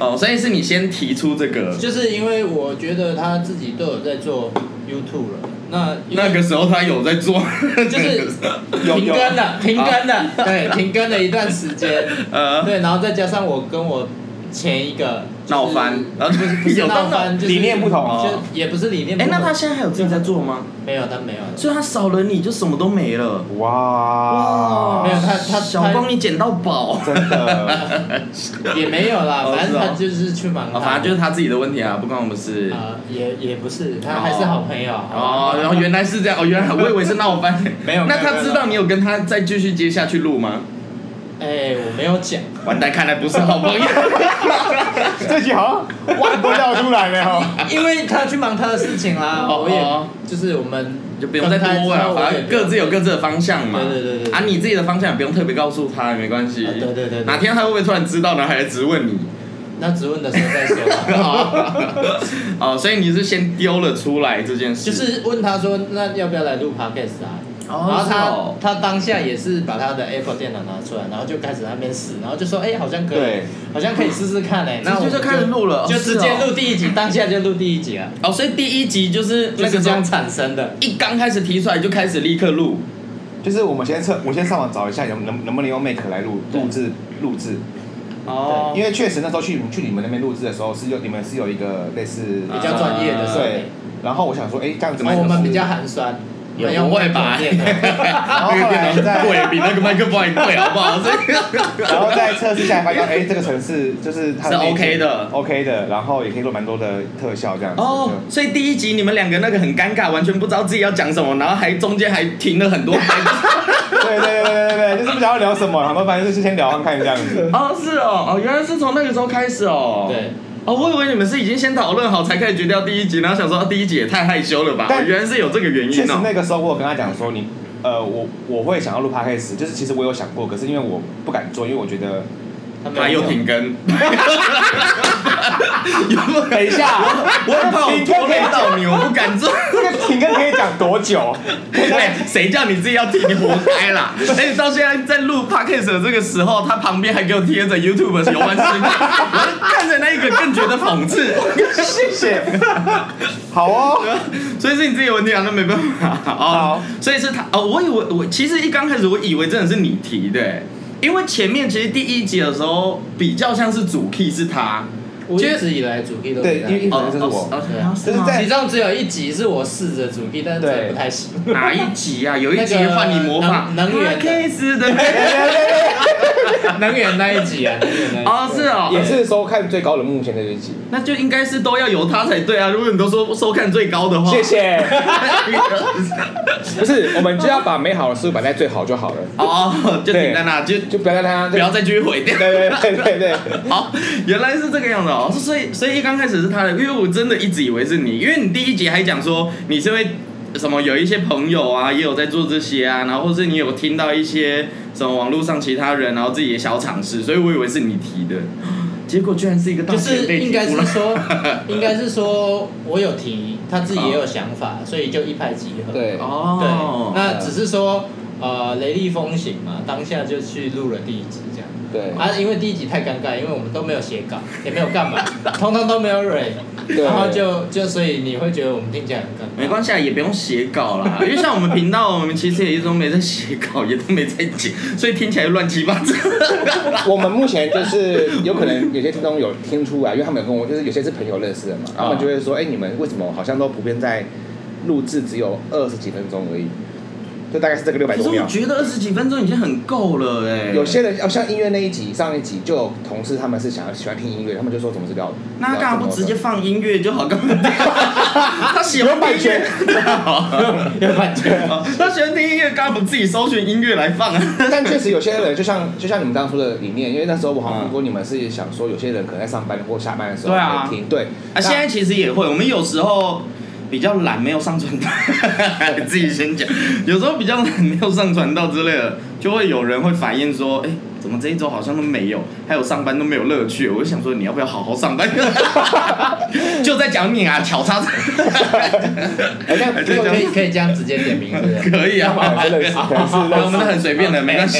[SPEAKER 1] 哦，所以是你先提出这个，
[SPEAKER 3] 就是因为我觉得他自己都有在做 YouTube 了，那因为
[SPEAKER 1] 那个时候他有在做，
[SPEAKER 3] 就是
[SPEAKER 2] 有
[SPEAKER 3] 停
[SPEAKER 2] 有
[SPEAKER 3] 更 了，停更了，对，停更了一段时间，
[SPEAKER 1] 呃，
[SPEAKER 3] 对，然后再加上我跟我前一个就是
[SPEAKER 1] 闹翻，然后
[SPEAKER 3] 不是
[SPEAKER 1] 有
[SPEAKER 3] 闹
[SPEAKER 1] 动。
[SPEAKER 3] 翻，就是
[SPEAKER 2] 理念不同
[SPEAKER 1] 哦
[SPEAKER 3] 就也不是理念不
[SPEAKER 1] 哎，
[SPEAKER 3] 同。
[SPEAKER 1] 那他现在还有自己在做吗？
[SPEAKER 3] 没有，他没有，
[SPEAKER 1] 所以他少了你就什么都没了。
[SPEAKER 2] 哇，
[SPEAKER 3] 没有他他
[SPEAKER 1] 小光你捡到宝，
[SPEAKER 2] 真的，
[SPEAKER 3] 也没有 啦，
[SPEAKER 1] 哦
[SPEAKER 3] 反正他
[SPEAKER 1] 是
[SPEAKER 3] 就是去忙他
[SPEAKER 1] 啊，
[SPEAKER 3] 的，
[SPEAKER 1] 反正就是他自己的问题啊，不关我们事。
[SPEAKER 3] 啊，也也不是，他还是好朋友。
[SPEAKER 1] 哦
[SPEAKER 3] 好吧，
[SPEAKER 1] 然后原来是这样，哦，原来我以为是闹翻。
[SPEAKER 2] 没有
[SPEAKER 1] 那
[SPEAKER 2] 没有没
[SPEAKER 1] 他
[SPEAKER 2] 有
[SPEAKER 1] 知道你有跟他再继续接下去录吗？
[SPEAKER 3] 哎，我没有讲，
[SPEAKER 1] 完蛋，看来不是好朋 友。
[SPEAKER 2] 这集好像万不料出来了哦。
[SPEAKER 3] 因为他去忙他的事情啦，
[SPEAKER 1] 哦
[SPEAKER 3] 我
[SPEAKER 1] 哦
[SPEAKER 3] 也就是我们
[SPEAKER 1] 就不用再多问
[SPEAKER 3] 分开之
[SPEAKER 1] 了，
[SPEAKER 3] 后
[SPEAKER 1] 反
[SPEAKER 3] 我也
[SPEAKER 1] 正
[SPEAKER 3] 不用
[SPEAKER 1] 各自有各自的方向嘛。
[SPEAKER 3] 对对对对
[SPEAKER 1] 啊，你自己的方向也不用特别告诉他，也没关系。
[SPEAKER 3] 啊对对对对
[SPEAKER 1] 哪天他会不会突然知道呢？还直问 你？
[SPEAKER 3] 那只问的时候再说吧。
[SPEAKER 1] 哦，哦所以你是先丢了出来这件事。
[SPEAKER 3] 就是问他说，那要不要来录 podcast 啊？
[SPEAKER 1] 哦
[SPEAKER 3] 然后他、
[SPEAKER 1] 是哦
[SPEAKER 3] 他当下也是把他的 Apple 电脑拿出来，然后就开始在那边试，然后就说，哎、好像可以
[SPEAKER 1] 对，
[SPEAKER 3] 好像可以试试看 哎、那我们
[SPEAKER 1] 直接就开始录了哦
[SPEAKER 3] 就是直接
[SPEAKER 1] 哦
[SPEAKER 3] 录第一集，当下就录第一集啊，
[SPEAKER 1] 哦，所以第一集就是那
[SPEAKER 3] 就
[SPEAKER 1] 个
[SPEAKER 3] 是
[SPEAKER 1] 时
[SPEAKER 3] 这
[SPEAKER 1] 候
[SPEAKER 3] 样产生的。
[SPEAKER 1] 一刚开始提出来就开始立刻录。
[SPEAKER 2] 就是我们先测，我先上网找一下有能能不能用 Make 来录录制录制，
[SPEAKER 1] 哦
[SPEAKER 2] 因为确实那时候去去你们那边录制的时候是有你们是有一个类似
[SPEAKER 3] 比较专业的设
[SPEAKER 1] 啊
[SPEAKER 3] 备
[SPEAKER 2] 对，然后我想说，哎，这样
[SPEAKER 1] 哦
[SPEAKER 2] 子
[SPEAKER 3] 然
[SPEAKER 2] 蛮有
[SPEAKER 3] 后我们比
[SPEAKER 2] 趣
[SPEAKER 3] 较
[SPEAKER 2] 的
[SPEAKER 3] 寒酸，
[SPEAKER 1] 也
[SPEAKER 3] 没有
[SPEAKER 1] 不会吧
[SPEAKER 3] 用过 电脑
[SPEAKER 2] 然
[SPEAKER 1] 那
[SPEAKER 2] 后后
[SPEAKER 1] 个
[SPEAKER 2] 来
[SPEAKER 1] 电脑
[SPEAKER 2] 再
[SPEAKER 1] 贵，比 那个麦克风还贵，好不好？所以
[SPEAKER 2] 然后再测试下来发现，哎，这个城市就是它的
[SPEAKER 1] 是 OK 的
[SPEAKER 2] OK 的，然后也可以做蛮多的特效这样 子。
[SPEAKER 1] 哦，所以第一集你们两个那个很尴尬，完全不知道自己要讲什么，然后还中间还停了很多拍。
[SPEAKER 2] 就对对对对对对，就是不知道要聊什么，然后反正就是先聊看看这 样子。
[SPEAKER 1] 哦，是哦，哦，原来是从那个时候开始哦。
[SPEAKER 3] 对。
[SPEAKER 1] 哦，我以为你们是已经先讨论好才开始决定要第一集，然后想说啊第一集也太害羞了吧？
[SPEAKER 2] 但
[SPEAKER 1] 哦原来是有这个原
[SPEAKER 2] 确
[SPEAKER 1] 因
[SPEAKER 2] 实
[SPEAKER 1] 哦。
[SPEAKER 2] 那个时候我有跟他讲说，你呃，我我会想要录 podcast，就是其实我有想过，可是因为我不敢做，因为我觉得
[SPEAKER 3] 他没
[SPEAKER 1] 还有
[SPEAKER 3] 有
[SPEAKER 1] 停更， 有没有
[SPEAKER 2] 等一下，
[SPEAKER 1] 我很怕我
[SPEAKER 2] 停
[SPEAKER 1] 拖
[SPEAKER 2] 更可
[SPEAKER 1] 累
[SPEAKER 2] 以讲，
[SPEAKER 1] 到你，我不敢做。
[SPEAKER 2] 这个停更可以讲多久？
[SPEAKER 1] 哎，谁叫你自己要听，你活该啦！而且到现在在录 podcast 的这个时候，他旁边还给我贴着 YouTube 的游玩视频，我看着那一个更觉得讽刺。
[SPEAKER 2] 谢谢。 好哦，
[SPEAKER 1] 所以是你自己的问题啊，那没办法。哦
[SPEAKER 2] 好，
[SPEAKER 1] 所以是他哦，我以为我其实一刚开始我以为真的是你提的、因为前面其实第一集的时候比较像是主 key 是他，
[SPEAKER 3] 我一直以来主 key 都
[SPEAKER 2] 对，
[SPEAKER 3] 是
[SPEAKER 2] 因为
[SPEAKER 3] 这样
[SPEAKER 2] 一直这是我，
[SPEAKER 1] 哦
[SPEAKER 2] 就是
[SPEAKER 1] 吗
[SPEAKER 2] 在
[SPEAKER 3] 其中只有一集是我试着主 key，但是真的
[SPEAKER 2] 对
[SPEAKER 3] 不太行。
[SPEAKER 1] 哪一集啊？有一集换你模仿
[SPEAKER 3] 那个能能源的
[SPEAKER 1] podcast 的
[SPEAKER 3] 能源那一集啊，能源那一集。
[SPEAKER 1] 哦，是哦，
[SPEAKER 2] 也是收看最高的目前的日集。
[SPEAKER 1] 那就应该是都要由他才对啊。如果你都说收看最高的话，
[SPEAKER 2] 谢。谢。不是，我们就要把美好的事物摆在最好就好了，
[SPEAKER 1] 哦，就停在那，就
[SPEAKER 2] 就不要让它
[SPEAKER 1] 不要再继续毁掉。
[SPEAKER 2] 对对对对 对，
[SPEAKER 1] 好，原来是这个样子哦。所以，所以一刚开始是他的，因为我真的一直以为是你，因为你第一集还讲说你是会什么有一些朋友啊，也有在做这些啊，然后或是你有听到一些什么网络上其他人，然后自己的小尝试，所以我以为是你提的，结果居然是一个大
[SPEAKER 3] 就
[SPEAKER 1] 前
[SPEAKER 3] 是
[SPEAKER 1] 辈
[SPEAKER 3] 应
[SPEAKER 1] 提
[SPEAKER 3] 该
[SPEAKER 1] 出
[SPEAKER 3] 是
[SPEAKER 1] 来。
[SPEAKER 3] 说，应该是说我有提，他自己也有想法，所以就一拍即合。
[SPEAKER 2] 对
[SPEAKER 1] 哦
[SPEAKER 3] 对，，那只是说，呃，雷厉风行嘛，当下就去录了第一集这样。
[SPEAKER 2] 对
[SPEAKER 3] 啊，因为第一集太尴尬，因为我们都没有写稿，也没有 干嘛，通通都没有蕊，
[SPEAKER 2] 对
[SPEAKER 3] 然后就就所以你会觉得我们听起来很尴尬。
[SPEAKER 1] 没关系，啊，也不用写稿啦，因为像我们频道，我们其实也一直都没在写稿，也都没在剪，所以听起来乱七八糟。
[SPEAKER 2] 我们目前就是有可能有些听众有听出来，因为他们有跟我，就是有些是朋友认识的嘛，他们就会说，哎、你们为什么好像都普遍在录制只有二十几分钟而已，就大概是这个六百
[SPEAKER 1] 可是
[SPEAKER 2] 多
[SPEAKER 1] 我
[SPEAKER 2] 秒。
[SPEAKER 1] 觉得二十几分钟已经很够了哎、
[SPEAKER 2] 有些人，哦，像音乐那一集，上一集就有同事他们是想要喜欢听音乐，他们就说怎么是聊，
[SPEAKER 1] 那干嘛不直接放音乐就好？干嘛？ 他喜
[SPEAKER 2] 有
[SPEAKER 1] 欢
[SPEAKER 2] 版
[SPEAKER 1] 听音
[SPEAKER 2] 权
[SPEAKER 1] 乐，
[SPEAKER 3] 有 版权。
[SPEAKER 1] 他喜欢听音乐，干嘛不自己搜寻音乐来放啊？
[SPEAKER 2] 但确实有些人就像就像你们当初的理念，因为那时候我好
[SPEAKER 1] 嗯
[SPEAKER 2] 像听过你们是想说，有些人可能在上班或下班的时候
[SPEAKER 1] 对啊
[SPEAKER 2] 会听，对。
[SPEAKER 1] 啊，
[SPEAKER 2] 那
[SPEAKER 1] 现在其实也会，我们有时候比较懒，没有上传到， 自己先讲。有时候比较懒，没有上传到之类的，就会有人会反映说，哎、怎么这一周好像都没有，还有上班都没有乐趣？我就想说，你要不要好好上班？ 就在讲你啊，巧叉子。
[SPEAKER 2] 哎，但
[SPEAKER 1] 对
[SPEAKER 2] 最后
[SPEAKER 1] 对
[SPEAKER 3] 可以可以这样直接点名，是不 是？
[SPEAKER 1] 可以啊，
[SPEAKER 2] 要么真的是可能是类似
[SPEAKER 1] 我们很随便的，没关系。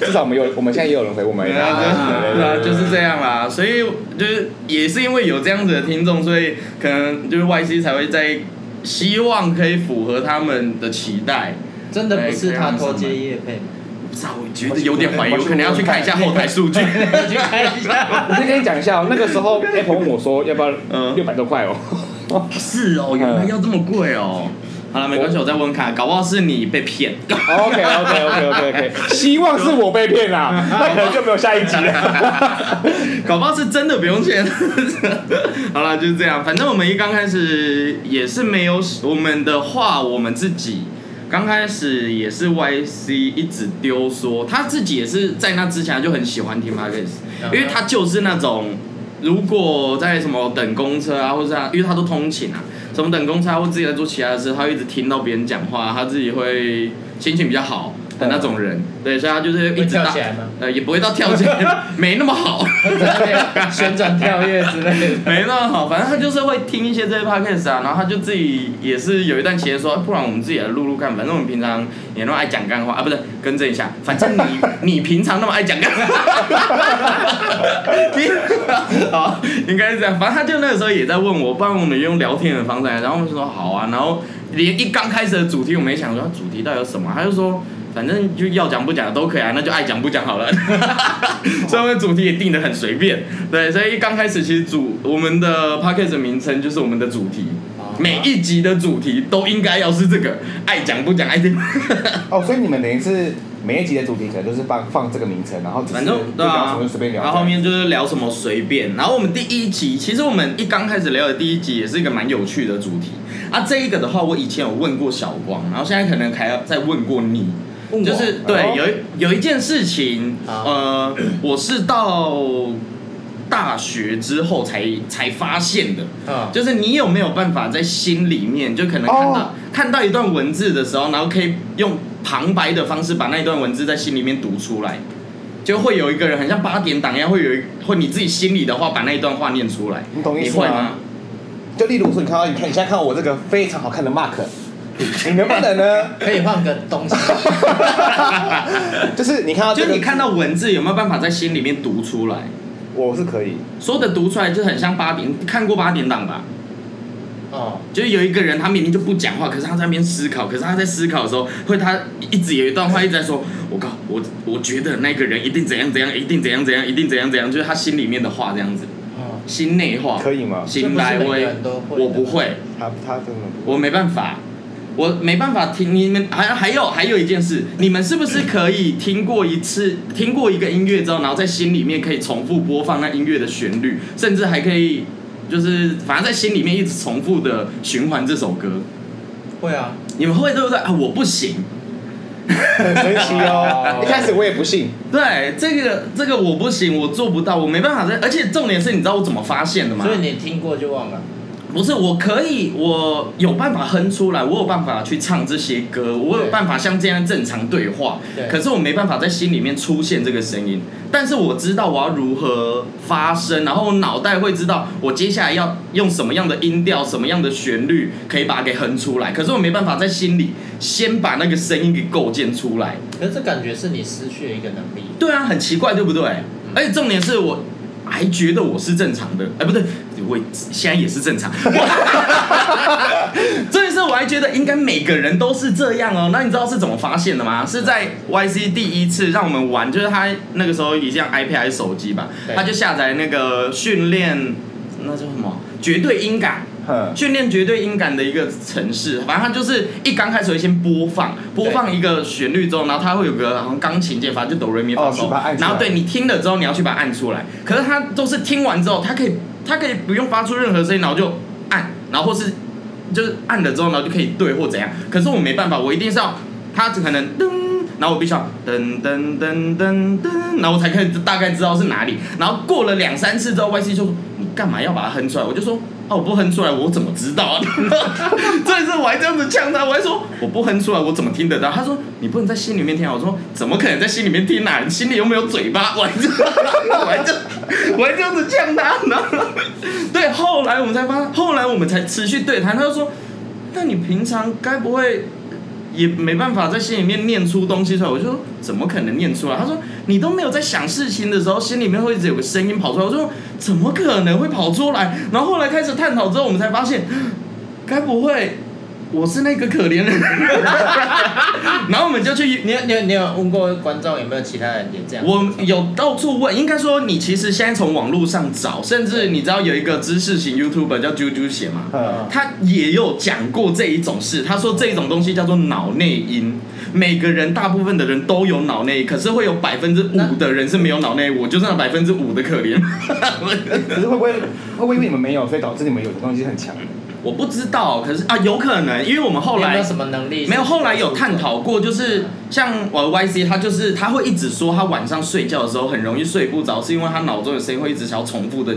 [SPEAKER 2] 至少我们有，我们现在也有人回我 们，
[SPEAKER 1] 对啊，
[SPEAKER 2] 对
[SPEAKER 1] 就
[SPEAKER 2] 对
[SPEAKER 1] 对啊，
[SPEAKER 2] 对
[SPEAKER 1] 就是这样啦。所以就是也是因为有这样子的听众，所以可能就是 YC 才会在希望可以符合他们的期待。啊
[SPEAKER 3] 真的不是他偷接叶配吗，
[SPEAKER 1] 知道，我觉得有点怀疑，我可能要去看一下后台 数据。哦
[SPEAKER 3] 你去看一下。
[SPEAKER 2] 我先跟你讲一下哦，那个时候 Apple 问我说要不要
[SPEAKER 1] 嗯
[SPEAKER 2] 六百多块哦，
[SPEAKER 1] 是 哦，原来要这么贵哦。好了，没关系，我再问看，搞不好是你被骗。
[SPEAKER 2] OK OK OK OK OK，希 望是我被骗啦， 那可能就没有下一集了。
[SPEAKER 1] 搞不好是真的不用钱。 好了，就是这样。反正我们一刚开始也是没有我们的话，我们自己刚开始也是 YC 一直丢说，他自己也是在那之前就很喜欢听 Podcast，
[SPEAKER 3] 嗯
[SPEAKER 1] 因为他就是那种如果在什么等公车啊，或者因为他都通勤啊，什么等公车、啊、或自己在做其他的事，他会一直听到别人讲话，他自己会心情比较好的那种人。对，所以他就是一直
[SPEAKER 3] 会跳
[SPEAKER 1] 打
[SPEAKER 3] 起来吗
[SPEAKER 1] 呃，也不会到跳起 来，没那么好。
[SPEAKER 3] 旋转跳跃之类的。
[SPEAKER 1] 没那么好，反正他就是会听一些这些 podcast 啊，然后他就自己也是有一段期间说，不然我们自己来录录看，反正我们平常也那么爱讲干话啊，不是更正一下，反正你你平常那么爱讲 干话，你好应该是这样，反正他就那个时候也在问我，不然我们用聊天的方式来，然后我们就说好啊，然后连一刚开始的主题我没想说他主题到底有什么，他就说。反正就要讲不讲都可以啊，那就爱讲不讲好了。 所以我们主题也定的很随便，对，所以一刚开始其实主我们的 p a c k a g e 名称就是我们的主题，每一集的主题都应该要是这个，爱讲不讲爱听，
[SPEAKER 2] 哦，所以你们等于是每一集的主题可能就是放放这个名称，然后只是
[SPEAKER 1] 反正
[SPEAKER 2] 就
[SPEAKER 1] 对
[SPEAKER 2] 聊
[SPEAKER 1] 啊
[SPEAKER 2] 什么就随便，聊。
[SPEAKER 1] 然后后面就是聊什么随便，然后我们第一集其实我们一刚开始聊的第一集也是一个蛮有趣的主题啊，这一个的话我以前有问过小光，然后现在可能还要再问过你，
[SPEAKER 2] 问我
[SPEAKER 1] 就是
[SPEAKER 2] 哦啊
[SPEAKER 1] 对，有一有一件事情，
[SPEAKER 3] 好
[SPEAKER 1] 呃， 我是到大学之后才才发现的，
[SPEAKER 3] 啊，
[SPEAKER 1] 就是你有没有办法在心里面，就可能看到、
[SPEAKER 2] 哦
[SPEAKER 1] 看到一段文字的时候，然后可以用旁白的方式把那一段文字在心里面读出来，就会有一个人很像八点档一样，会有一会你自己心里的话把那一段话念出来，
[SPEAKER 2] 你懂意思
[SPEAKER 1] 会
[SPEAKER 2] 吗
[SPEAKER 1] 吗？
[SPEAKER 2] 就例如说，你看到你看你现在看到我这个非常好看的 Mark，你能不能呢？
[SPEAKER 3] 可以换个东西。
[SPEAKER 2] 就是你看到这
[SPEAKER 1] 就
[SPEAKER 2] 个，
[SPEAKER 1] 你看到文字有没有办法在心里面读出来？
[SPEAKER 2] 我是可以，
[SPEAKER 1] 说的读出来就很像八点，看过八点档吧？
[SPEAKER 3] 哦，
[SPEAKER 1] 就是有一个人，他明明就不讲话，可是他在那边思考，可是他在思考的时候，会他一直有一段话一直在说：“我靠，我我觉得那个人一定怎样怎样，一定怎样怎样，一定怎样怎样。”就是他心里面的话这样子，
[SPEAKER 3] 哦，
[SPEAKER 1] 心内话。
[SPEAKER 2] 可以啊吗？
[SPEAKER 1] 心来
[SPEAKER 3] 这不是每
[SPEAKER 1] 威
[SPEAKER 3] 个人都，会的
[SPEAKER 1] 我不会，
[SPEAKER 2] 他他真的
[SPEAKER 1] 我没办法，我没办法听你们。还还有还有一件事，你们是不是可以听过一次，听过一个音乐之后，然后在心里面可以重复播放那音乐的旋律，甚至还可以就是反正在心里面一直重复的循环这首歌。
[SPEAKER 3] 会啊，
[SPEAKER 1] 你们会对不对啊？我不行。
[SPEAKER 2] 很神奇 哦。一开始我也不信，
[SPEAKER 1] 对，这个这个我不行，我做不到，我没办法在。而且重点是，你知道我怎么发现的吗？
[SPEAKER 3] 所以你听过就忘了。
[SPEAKER 1] 不是，我可以，我有办法哼出来，我有办法去唱这些歌，我有
[SPEAKER 3] 对
[SPEAKER 1] 办法像这样正常对话。
[SPEAKER 3] 对
[SPEAKER 1] 可是我没办法在心里面出现这个声音，但是我知道我要如何发声，然后我脑袋会知道我接下来要用什么样的音调、什么样的旋律可以把它给哼出来。可是我没办法在心里先把那个声音给构建出来。
[SPEAKER 3] 可是这感觉是你失去了一个能力。
[SPEAKER 1] 对啊，很奇怪，对不对？而且重点是我还觉得我是正常的，哎、不对，我现在也是正常。 重点是我还觉得应该每个人都是这样哦。那你知道是怎么发现的吗？是在 YC 第一次让我们玩，就是他那个时候一像 iPad 还是手机吧，
[SPEAKER 3] 对
[SPEAKER 1] 他就下载那个训练，那叫什么？绝对音感。
[SPEAKER 2] 哼，
[SPEAKER 1] 训练绝对音感的一个城市，反正它就是一刚开始会先播放，播放一个旋律之后，然后它会有个好像钢琴键，反正就哆瑞咪发
[SPEAKER 2] 哦
[SPEAKER 1] 嗦
[SPEAKER 2] 是把它按出
[SPEAKER 1] 然
[SPEAKER 2] 来
[SPEAKER 1] 后对你听了之后，你要去把它按出来。可是它都是听完之后，它可以它可以不用发出任何声音，然后就按，然后或是就是按了之后，然后就可以对或怎样。可是我没办法，我一定是要它可能噔，然后我必须要噔噔噔噔噔，然后我才可以大概知道是哪里。然后过了两三次之后，YC 就说你干嘛要把它哼出来？我就说。哦，我不哼出来，我怎么知道啊？ 这一次我还这样子呛他，我还说我不哼出来，我怎么听得到？他说你不能在心里面听啊。我说怎么可能在心里面听啊？你心里又没有嘴巴， 我还这我还这我还这样子呛他，然后对，后来我们才发现，后来我们才持续对谈。他就说，那你平常该不会也没办法在心里面念出东西出来？我就说怎么可能念出来？他说你都没有在想事情的时候，心里面会一直有个声音跑出来。我说怎么可能会跑出来？然后后来开始探讨之后，我们才发现，该不会我是那个可怜的人，然后我们就去
[SPEAKER 3] 你有你有你有问过观众有没有其他人也这样？
[SPEAKER 1] 我有到处问，应该说你其实现在从网络上找，甚至你知道有一个知识型 YouTuber 叫啾啾鞋嘛，
[SPEAKER 2] 嗯
[SPEAKER 1] 他也有讲过这一种事，他说这种东西叫做脑内因，每个人大部分的人都有脑内，可是会有百分之
[SPEAKER 3] 那
[SPEAKER 1] 五的人是没有脑内，我就是那百分之五的可怜，
[SPEAKER 2] 可是会不会会不会因为你们没有，所以导致你们有的东西很强？
[SPEAKER 1] 我不知道，可是啊有可能，因为我们后
[SPEAKER 3] 你有没
[SPEAKER 1] 来
[SPEAKER 3] 有什么能力？
[SPEAKER 1] 没有，后来有探。讨过，就是像我的 YC，他就是他会一直说他晚上睡觉的时候很容易睡不着，是因为他脑中有声音会一直想要重复的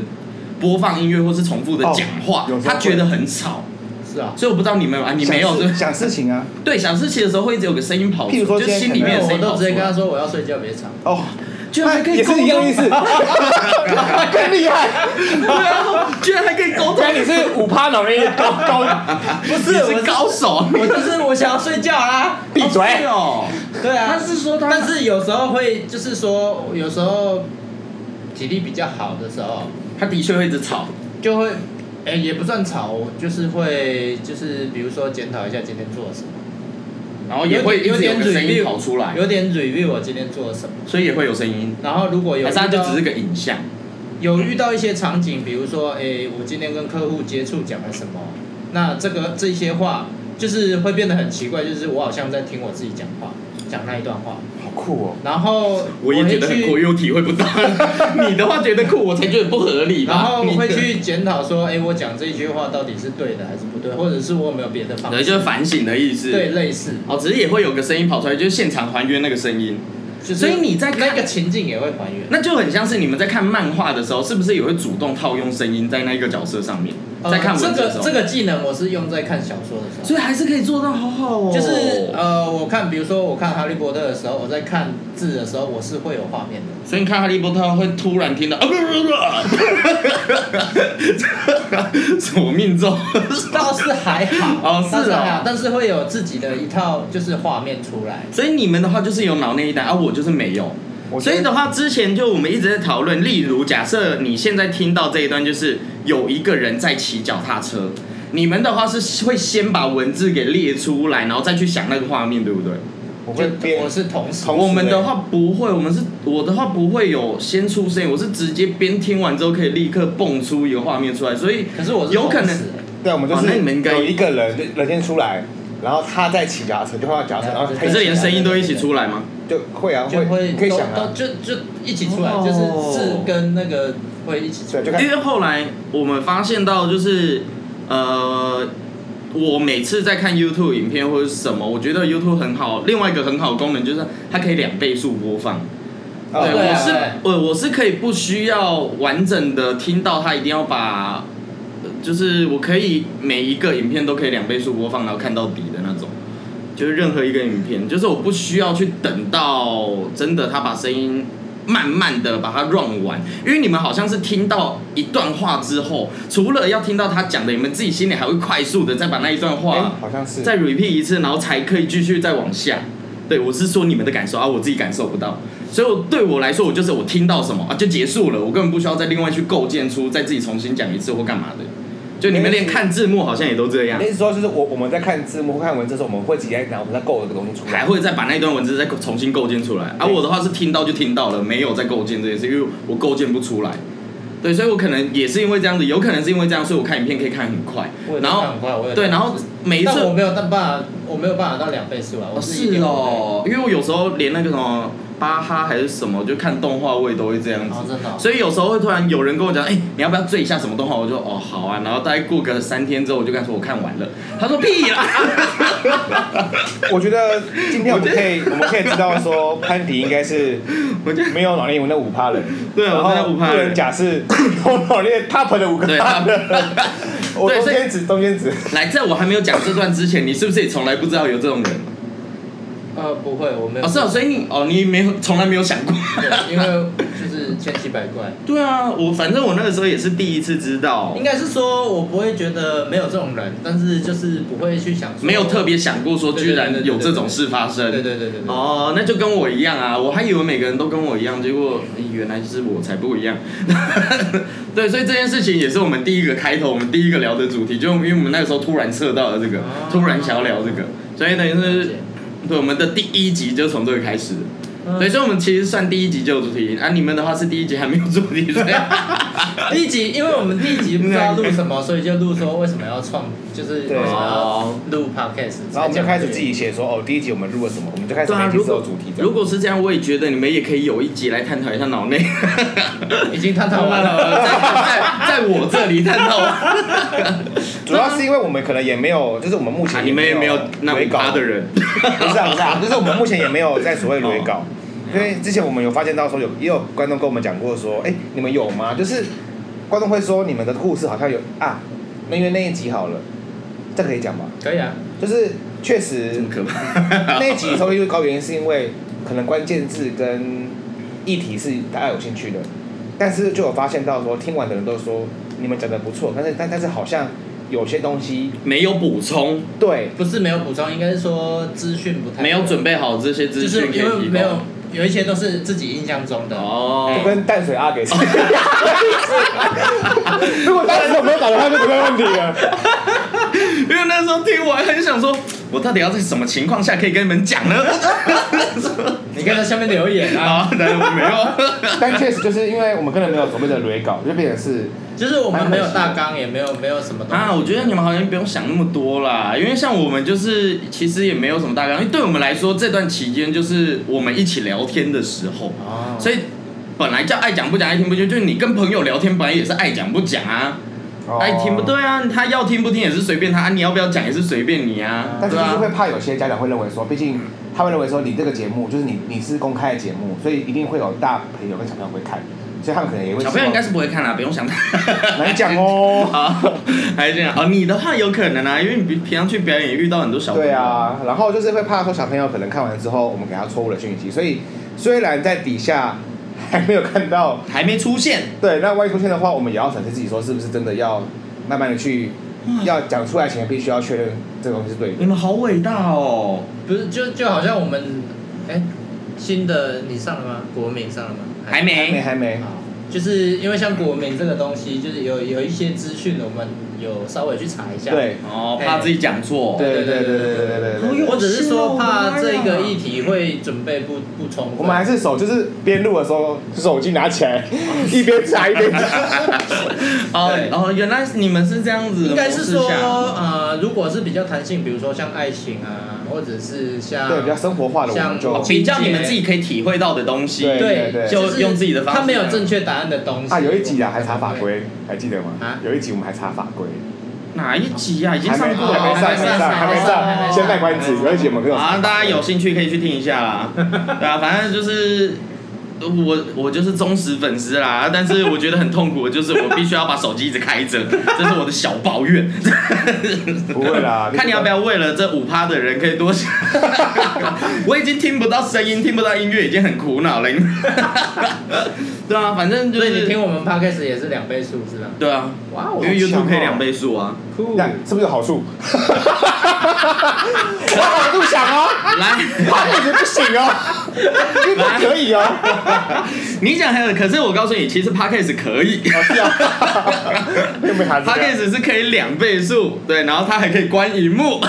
[SPEAKER 1] 播放音乐或是重复的
[SPEAKER 2] 哦
[SPEAKER 1] 讲话，
[SPEAKER 2] 有时候
[SPEAKER 1] 他
[SPEAKER 2] 会
[SPEAKER 1] 觉得很吵，
[SPEAKER 3] 是啊，
[SPEAKER 1] 所以我不知道你们有啊，你没有
[SPEAKER 2] 想
[SPEAKER 1] 对
[SPEAKER 2] 事
[SPEAKER 1] 不对
[SPEAKER 2] 想事情啊？
[SPEAKER 1] 对，想事情的时候会一直有个声音跑出，
[SPEAKER 2] 譬如说
[SPEAKER 1] 就
[SPEAKER 2] 今天
[SPEAKER 1] 心里
[SPEAKER 2] 可能
[SPEAKER 3] 没
[SPEAKER 1] 面
[SPEAKER 3] 有，
[SPEAKER 1] 的声
[SPEAKER 3] 我
[SPEAKER 1] 音跑出
[SPEAKER 3] 都
[SPEAKER 1] 啊
[SPEAKER 3] 直接跟他
[SPEAKER 1] 来，
[SPEAKER 3] 说我要睡觉，别吵。
[SPEAKER 2] 哦，
[SPEAKER 1] 居然还可以
[SPEAKER 2] 也
[SPEAKER 1] 沟
[SPEAKER 2] 是
[SPEAKER 1] 通
[SPEAKER 2] 一样意思， 更厉害。
[SPEAKER 1] 对啊，居然还可以沟通
[SPEAKER 2] 原，来 你是五趴脑力高高，
[SPEAKER 1] 不是
[SPEAKER 3] 我
[SPEAKER 1] 你是
[SPEAKER 3] 是
[SPEAKER 1] 高手，
[SPEAKER 3] 我就是我想要睡觉啦。
[SPEAKER 2] 闭嘴
[SPEAKER 1] 哦是哦，
[SPEAKER 3] 对啊，
[SPEAKER 1] 他是说他
[SPEAKER 3] 但是有时候会，就是说有时候体力比较好的时候，
[SPEAKER 1] 他的确会一直吵，
[SPEAKER 3] 就会，哎、也不算吵，就是会就是比如说检讨一下今天做了什么，
[SPEAKER 1] 然后也会一
[SPEAKER 3] 有
[SPEAKER 1] 直有
[SPEAKER 3] 点
[SPEAKER 1] 个声音
[SPEAKER 3] review
[SPEAKER 1] 跑出来，
[SPEAKER 3] 有点 review 我今天做了什么。
[SPEAKER 1] 所以也会有声音，
[SPEAKER 3] 然后如果有
[SPEAKER 1] 还
[SPEAKER 3] 遇
[SPEAKER 1] 是他
[SPEAKER 3] 到
[SPEAKER 1] 哎就只是个影像。
[SPEAKER 3] 有遇到一些场景，比如说，哎、我今天跟客户接触讲了什么，那这个这些话就是会变得很奇怪，就是我好像在听我自己讲话，讲那一段话，
[SPEAKER 2] 好酷哦！
[SPEAKER 3] 然后
[SPEAKER 1] 我也觉得很酷，因
[SPEAKER 3] 会去。
[SPEAKER 1] 为我体会不到。你的话觉得酷，我才觉得不合理吧。
[SPEAKER 3] 然后
[SPEAKER 1] 你的
[SPEAKER 3] 会，去检讨说，哎、我讲这一句话到底是对的还是不对，或者是我有没有别的方
[SPEAKER 1] 对，
[SPEAKER 3] 式？
[SPEAKER 1] 就是反省的意思。
[SPEAKER 3] 对，，类似，
[SPEAKER 1] 哦，只是也会有个声音跑出来，就是现场还原那个声音，
[SPEAKER 3] 就是
[SPEAKER 1] 所以你在看
[SPEAKER 3] 那个情境也会还原。
[SPEAKER 1] 那就很像是你们在看漫画的时候，是不是也会主动套用声音在那一个角色上面，在看
[SPEAKER 3] 呃、这
[SPEAKER 1] 文字的时
[SPEAKER 3] 个
[SPEAKER 1] 候，
[SPEAKER 3] 这个技能，我是用在看小说的时候。
[SPEAKER 1] 所以还是可以做到好好哦。
[SPEAKER 3] 就是呃，我看，比如说我看《哈利波特》的时候，我在看字的时候，我是会有画面 的。
[SPEAKER 1] 所以你看《哈利波特》会突然听到啊不不不，是我命中。
[SPEAKER 3] 倒是还好，
[SPEAKER 1] 哦是哦
[SPEAKER 3] 倒是还好，但是会有自己的一套就是画面出来。
[SPEAKER 1] 所以你们的话就是有脑内一单，而、我就是没有。
[SPEAKER 2] 我觉
[SPEAKER 1] 所
[SPEAKER 2] 得
[SPEAKER 1] 以的话，之前就我们一直在讨论，例如假设你现在听到这一段，就是有一个人在骑脚踏车，你们的话是会先把文字给列出来，然后再去想那个画面，对不对？
[SPEAKER 2] 我
[SPEAKER 3] 就
[SPEAKER 2] 会编
[SPEAKER 3] 我是同时欸
[SPEAKER 2] 同时
[SPEAKER 1] 我们的话不会，我们是我的话不会有先出声音，我是直接边听完之后可以立刻蹦出一个画面出来，所以
[SPEAKER 3] 可是我是
[SPEAKER 1] 有可能
[SPEAKER 3] 同时
[SPEAKER 2] 对，我们就
[SPEAKER 1] 哦那你们应
[SPEAKER 2] 是
[SPEAKER 1] 该
[SPEAKER 2] 有一个人就人先出来，然后他在骑脚踏车，就换到脚踏车，然后他
[SPEAKER 1] 可
[SPEAKER 2] 一
[SPEAKER 1] 是
[SPEAKER 2] 起
[SPEAKER 1] 连声音都一起出来吗？
[SPEAKER 2] 就会啊
[SPEAKER 3] 就
[SPEAKER 2] 会，
[SPEAKER 3] 会
[SPEAKER 2] 你可以
[SPEAKER 3] 都
[SPEAKER 2] 想
[SPEAKER 3] 都
[SPEAKER 2] 啊，
[SPEAKER 3] 就就一起出来，
[SPEAKER 1] 哦
[SPEAKER 3] 就是字跟那个会一起出
[SPEAKER 2] 对，
[SPEAKER 3] 来。
[SPEAKER 2] 就看
[SPEAKER 1] 因为后来我们发现到，就是呃，我每次在看 YouTube 影片或者是什么，我觉得 YouTube 很好。另外一个很好的功能就是它可以两倍速播放。
[SPEAKER 2] 哦
[SPEAKER 3] 对
[SPEAKER 1] 我
[SPEAKER 3] 啊
[SPEAKER 1] 是
[SPEAKER 3] 对
[SPEAKER 1] 我我是可以不需要完整的听到，它一定要把，呃就是我可以每一个影片都可以两倍速播放，然后看到底的那种。就是任何一个影片，就是我不需要去等到真的他把声音慢慢的把它 run 完，因为你们好像是听到一段话之后，除了要听到他讲的，你们自己心里还会快速的再把那一段
[SPEAKER 2] 哎
[SPEAKER 1] 话
[SPEAKER 2] 好像是
[SPEAKER 1] 再 repeat 一次，然后才可以继续再往下。对，我是说你们的感受啊，我自己感受不到，所以我对我来说，我就是我听到什么啊就结束了，我根本不需要再另外去构建出再自己重新讲一次或干嘛的。就你们连看字幕好像也都这样
[SPEAKER 2] 那，意思说哎就是我我们在看字幕或看文字的时候，我们会直接拿我们在构的东西出
[SPEAKER 1] 还
[SPEAKER 2] 来。
[SPEAKER 1] 会再把那一段文字再重新构建出来。而、
[SPEAKER 2] 对
[SPEAKER 1] 我的话是听到就听到了，没有再构建这件事，因为我构建不出来。对，所以我可能也是因为这样子，有可能是因为这样，所以我看影片可以看很快
[SPEAKER 3] 我也。是
[SPEAKER 1] 然
[SPEAKER 3] 看很快我
[SPEAKER 1] 后
[SPEAKER 3] 也
[SPEAKER 1] 对，
[SPEAKER 3] 看
[SPEAKER 1] 然后每一
[SPEAKER 3] 但我
[SPEAKER 1] 次
[SPEAKER 3] 没有办法，我没有办法到两倍速啊，我一
[SPEAKER 1] 哦是
[SPEAKER 3] 点五倍。
[SPEAKER 1] 哦，因为我有时候连那个什么巴哈还是什么，就看动画我也都会这样子
[SPEAKER 3] 哦，。真的哦。
[SPEAKER 1] 所以有时候会突然有人跟我讲，哎、你要不要追一下什么动画？我就哦好啊，然后大概过个三天之后，我就跟他说我看完了。他说屁啦，
[SPEAKER 2] 我觉得今天我们可以我们可以知道说，潘迪应该是
[SPEAKER 1] 我就
[SPEAKER 2] 没有脑力我那五趴人，
[SPEAKER 1] 对啊
[SPEAKER 2] 然后
[SPEAKER 1] 我那5%人
[SPEAKER 2] 不能假是有脑力 top 的五个
[SPEAKER 1] 对
[SPEAKER 2] 趴人。我
[SPEAKER 1] 对
[SPEAKER 2] 中
[SPEAKER 1] 所以
[SPEAKER 2] 间值中间值，
[SPEAKER 1] 来，在我还没有讲这段之前，你是不是也从来不知道有这种人？
[SPEAKER 3] 呃，不会，我没有。
[SPEAKER 1] 哦，是哦，所以你哦，你没有从来没有想过。
[SPEAKER 3] 对，因为就是千奇百怪。
[SPEAKER 1] 对啊，我反正我那个时候也是第一次知道
[SPEAKER 3] 应，该是说，我不会觉得没有这种人，但是就是不会去想说
[SPEAKER 1] 没有特。别想过说
[SPEAKER 3] 对
[SPEAKER 1] 居
[SPEAKER 3] 对对
[SPEAKER 1] 然
[SPEAKER 3] 对对
[SPEAKER 1] 有
[SPEAKER 3] 对
[SPEAKER 1] 这种事发生。
[SPEAKER 3] 对对对对对。哦，
[SPEAKER 1] 哦，那就跟我一样啊！我还以为每个人都跟我一样，结果、哎原来是我才不一样。 对，所以这件事情也是我们第一个开头，我们第一个聊的主题，就因为我们那个时候突然测到了这个，
[SPEAKER 3] 哦
[SPEAKER 1] 突然想要聊这个，所以等于
[SPEAKER 3] 了
[SPEAKER 1] 是
[SPEAKER 3] 解
[SPEAKER 1] 对我们的第一集就从这个开始的。对，所以我们其实算第一集就有主题，啊，你们的话是第一集还没有主 题，啊所以
[SPEAKER 3] 第一集，因为我们第一集不知道录什么，所以就录说为什么要创，就是为
[SPEAKER 2] 对
[SPEAKER 3] 什么要录 podcast，
[SPEAKER 1] 哦
[SPEAKER 2] 然后我们就开始自己写说，哦，第一集我们录了什么，我们就开始
[SPEAKER 1] 对
[SPEAKER 2] 每
[SPEAKER 1] 啊，
[SPEAKER 2] 集
[SPEAKER 1] 如
[SPEAKER 2] 都有
[SPEAKER 1] 果
[SPEAKER 2] 主题这
[SPEAKER 1] 如
[SPEAKER 2] 样。
[SPEAKER 1] 果是这样，我也觉得你们也可以有一集来探讨一下脑 内，
[SPEAKER 3] 已经探讨完 了。
[SPEAKER 1] 在在在我这里探讨完，
[SPEAKER 2] 主要是因为我们可能也没有，就是我们目
[SPEAKER 1] 啊
[SPEAKER 2] 前
[SPEAKER 1] 你们也没有那
[SPEAKER 2] 围
[SPEAKER 1] 五
[SPEAKER 2] 稿
[SPEAKER 1] 趴的，人，
[SPEAKER 2] 不是啊不是啊，就是我们目前也没有在所谓围稿，因为之前我们有发现到说有也有观众跟我们讲过说，哎，你们有吗？就是观众会说你们的故事好像有啊，那因为那一集好了，这可以讲吧？
[SPEAKER 3] 可以啊，
[SPEAKER 2] 就是确 实
[SPEAKER 1] 这么可怕，
[SPEAKER 2] 那一集收听率高，原因是因为可能关键字跟议题是大家有兴趣的，但是就有发现到说，听完的人都说你们讲的不错，但是但但是好像有些东西
[SPEAKER 1] 没有补充，
[SPEAKER 2] 对
[SPEAKER 3] 不是没有补充，应该是说资讯不太
[SPEAKER 1] 没有准备好这些资
[SPEAKER 3] 就是
[SPEAKER 1] 讯可以
[SPEAKER 3] 因为
[SPEAKER 1] 提
[SPEAKER 3] 没有
[SPEAKER 1] 供。
[SPEAKER 3] 有一些都是自己印象中的。
[SPEAKER 2] 就
[SPEAKER 1] 哦，
[SPEAKER 2] 跟淡水阿给是。如果当时我没有打的话，就不会问题了。
[SPEAKER 1] 因为那时候听我还很想说，我到底要在什么情况下可以跟你们讲呢？
[SPEAKER 3] 你看在下面留言啊，
[SPEAKER 1] 啊，但是我没 有，
[SPEAKER 2] 但确实就是因为我们根本没有所谓的雷稿，就变成是
[SPEAKER 3] 就是我们没有大纲，也没有没有什么东西
[SPEAKER 1] 啊，我觉得你们好像不用想那么多啦，因为像我们就是其实也没有什么大纲，因为对我们来说这段期间就是我们一起聊天的时候，
[SPEAKER 3] 哦，
[SPEAKER 1] 所以本来叫爱讲不讲，爱听不听，就是你跟朋友聊天本来也是爱讲不讲啊，
[SPEAKER 2] 哦
[SPEAKER 1] 爱听不对。啊，他要听不听也是随便他，啊你要不要讲也是随便你啊，
[SPEAKER 2] 但是
[SPEAKER 1] 对
[SPEAKER 2] 就是会
[SPEAKER 1] 啊，
[SPEAKER 2] 怕有些家长会认为说，毕竟他会认为说你这个节目就是你你是公开的节目，所以一定会有大朋友跟小朋友会看，所以他们可能也会
[SPEAKER 1] 小朋友应该
[SPEAKER 2] 是
[SPEAKER 1] 是不会看啦，不用想
[SPEAKER 2] 难讲哦。
[SPEAKER 1] 啊， 还是这样哦。你的话有可能啊，因为你平平常去表演也遇到很多小朋友。
[SPEAKER 2] 对，啊，然后就是会怕说小朋友可能看完之后，我们给他错误的讯息，所以虽然在底下还没有看到，
[SPEAKER 1] 还没出现。
[SPEAKER 2] 对，那万一出现的话，我们也要审视自己，说是不是真的要慢慢的去，要讲出来前必须要确认这个东西是对的。
[SPEAKER 1] 你们好伟大哦！
[SPEAKER 3] 不是就就好像我们哎，新的你上了吗？国民上了吗？
[SPEAKER 1] 还
[SPEAKER 2] 还没
[SPEAKER 1] 没，
[SPEAKER 2] 还没，
[SPEAKER 3] 好，就是因为像国民这个东西，就是有有一些资讯，我们有稍微去查一下。
[SPEAKER 2] 对
[SPEAKER 1] 哦，怕自己讲错。
[SPEAKER 2] 对对对对对对对
[SPEAKER 1] 哦
[SPEAKER 2] 对。
[SPEAKER 3] 或者是说怕这个议
[SPEAKER 1] 题，
[SPEAKER 3] 题会准备不不充分，
[SPEAKER 2] 我们还是手就是边录的时候手机拿起来， 一边查一边 查。
[SPEAKER 1] 哦
[SPEAKER 3] 对
[SPEAKER 1] 哦，原来你们是这样子的
[SPEAKER 3] 应该是
[SPEAKER 1] 模
[SPEAKER 3] 说
[SPEAKER 1] 式下哦
[SPEAKER 3] 呃，如果是比较弹性，比如说像爱情啊，或者是像
[SPEAKER 2] 对，比较生活化的我们就
[SPEAKER 3] 像
[SPEAKER 1] 比较你们自己可以体会到的东西。
[SPEAKER 2] 呃对
[SPEAKER 3] 对，
[SPEAKER 1] 就是用自己的方式啊
[SPEAKER 3] 他没有正确答案的东西
[SPEAKER 2] 啊，有一集啊还查法，规，还记得吗
[SPEAKER 3] 啊？
[SPEAKER 2] 有一集我们还查法规，
[SPEAKER 1] 哪一集啊？已经
[SPEAKER 2] 还
[SPEAKER 1] 上
[SPEAKER 2] 没
[SPEAKER 1] 过
[SPEAKER 3] 了
[SPEAKER 2] 还
[SPEAKER 1] 了，
[SPEAKER 2] 没上，还
[SPEAKER 3] 还没
[SPEAKER 2] 没上，还没
[SPEAKER 3] 上还没
[SPEAKER 2] 上，
[SPEAKER 3] 上
[SPEAKER 2] 先卖关子。有一集我们跟
[SPEAKER 1] 啊，大家有兴趣可以去听一下 啦。对啊，反正就是我我就是忠实粉丝啦，但是我觉得很痛苦，就是我必须要把手机一直开 着，这是我的小抱怨。
[SPEAKER 2] 不 会 啦，
[SPEAKER 1] 看你要不要为了这五趴的人可以多 想。我已经听不到声音，听不到音乐，已经很苦恼 了。对啊，反正就
[SPEAKER 3] 所以你
[SPEAKER 1] 是
[SPEAKER 3] 听我们 podcast 也是两倍数是吧？
[SPEAKER 1] 对啊，
[SPEAKER 3] 哇
[SPEAKER 1] 因
[SPEAKER 3] 哦，
[SPEAKER 1] 为 YouTube 可以两倍速啊。
[SPEAKER 3] 酷
[SPEAKER 2] 那是不是有好 处？我好处想哦，
[SPEAKER 1] 来。
[SPEAKER 2] 他感觉不行哦， 因为不可以哦。
[SPEAKER 1] 你讲还有，可是我告诉你，其实 podcast 可以
[SPEAKER 2] 哦是啊，又没查这个。
[SPEAKER 1] ，podcast 是可以两倍速，对，然后它还可以关荧幕，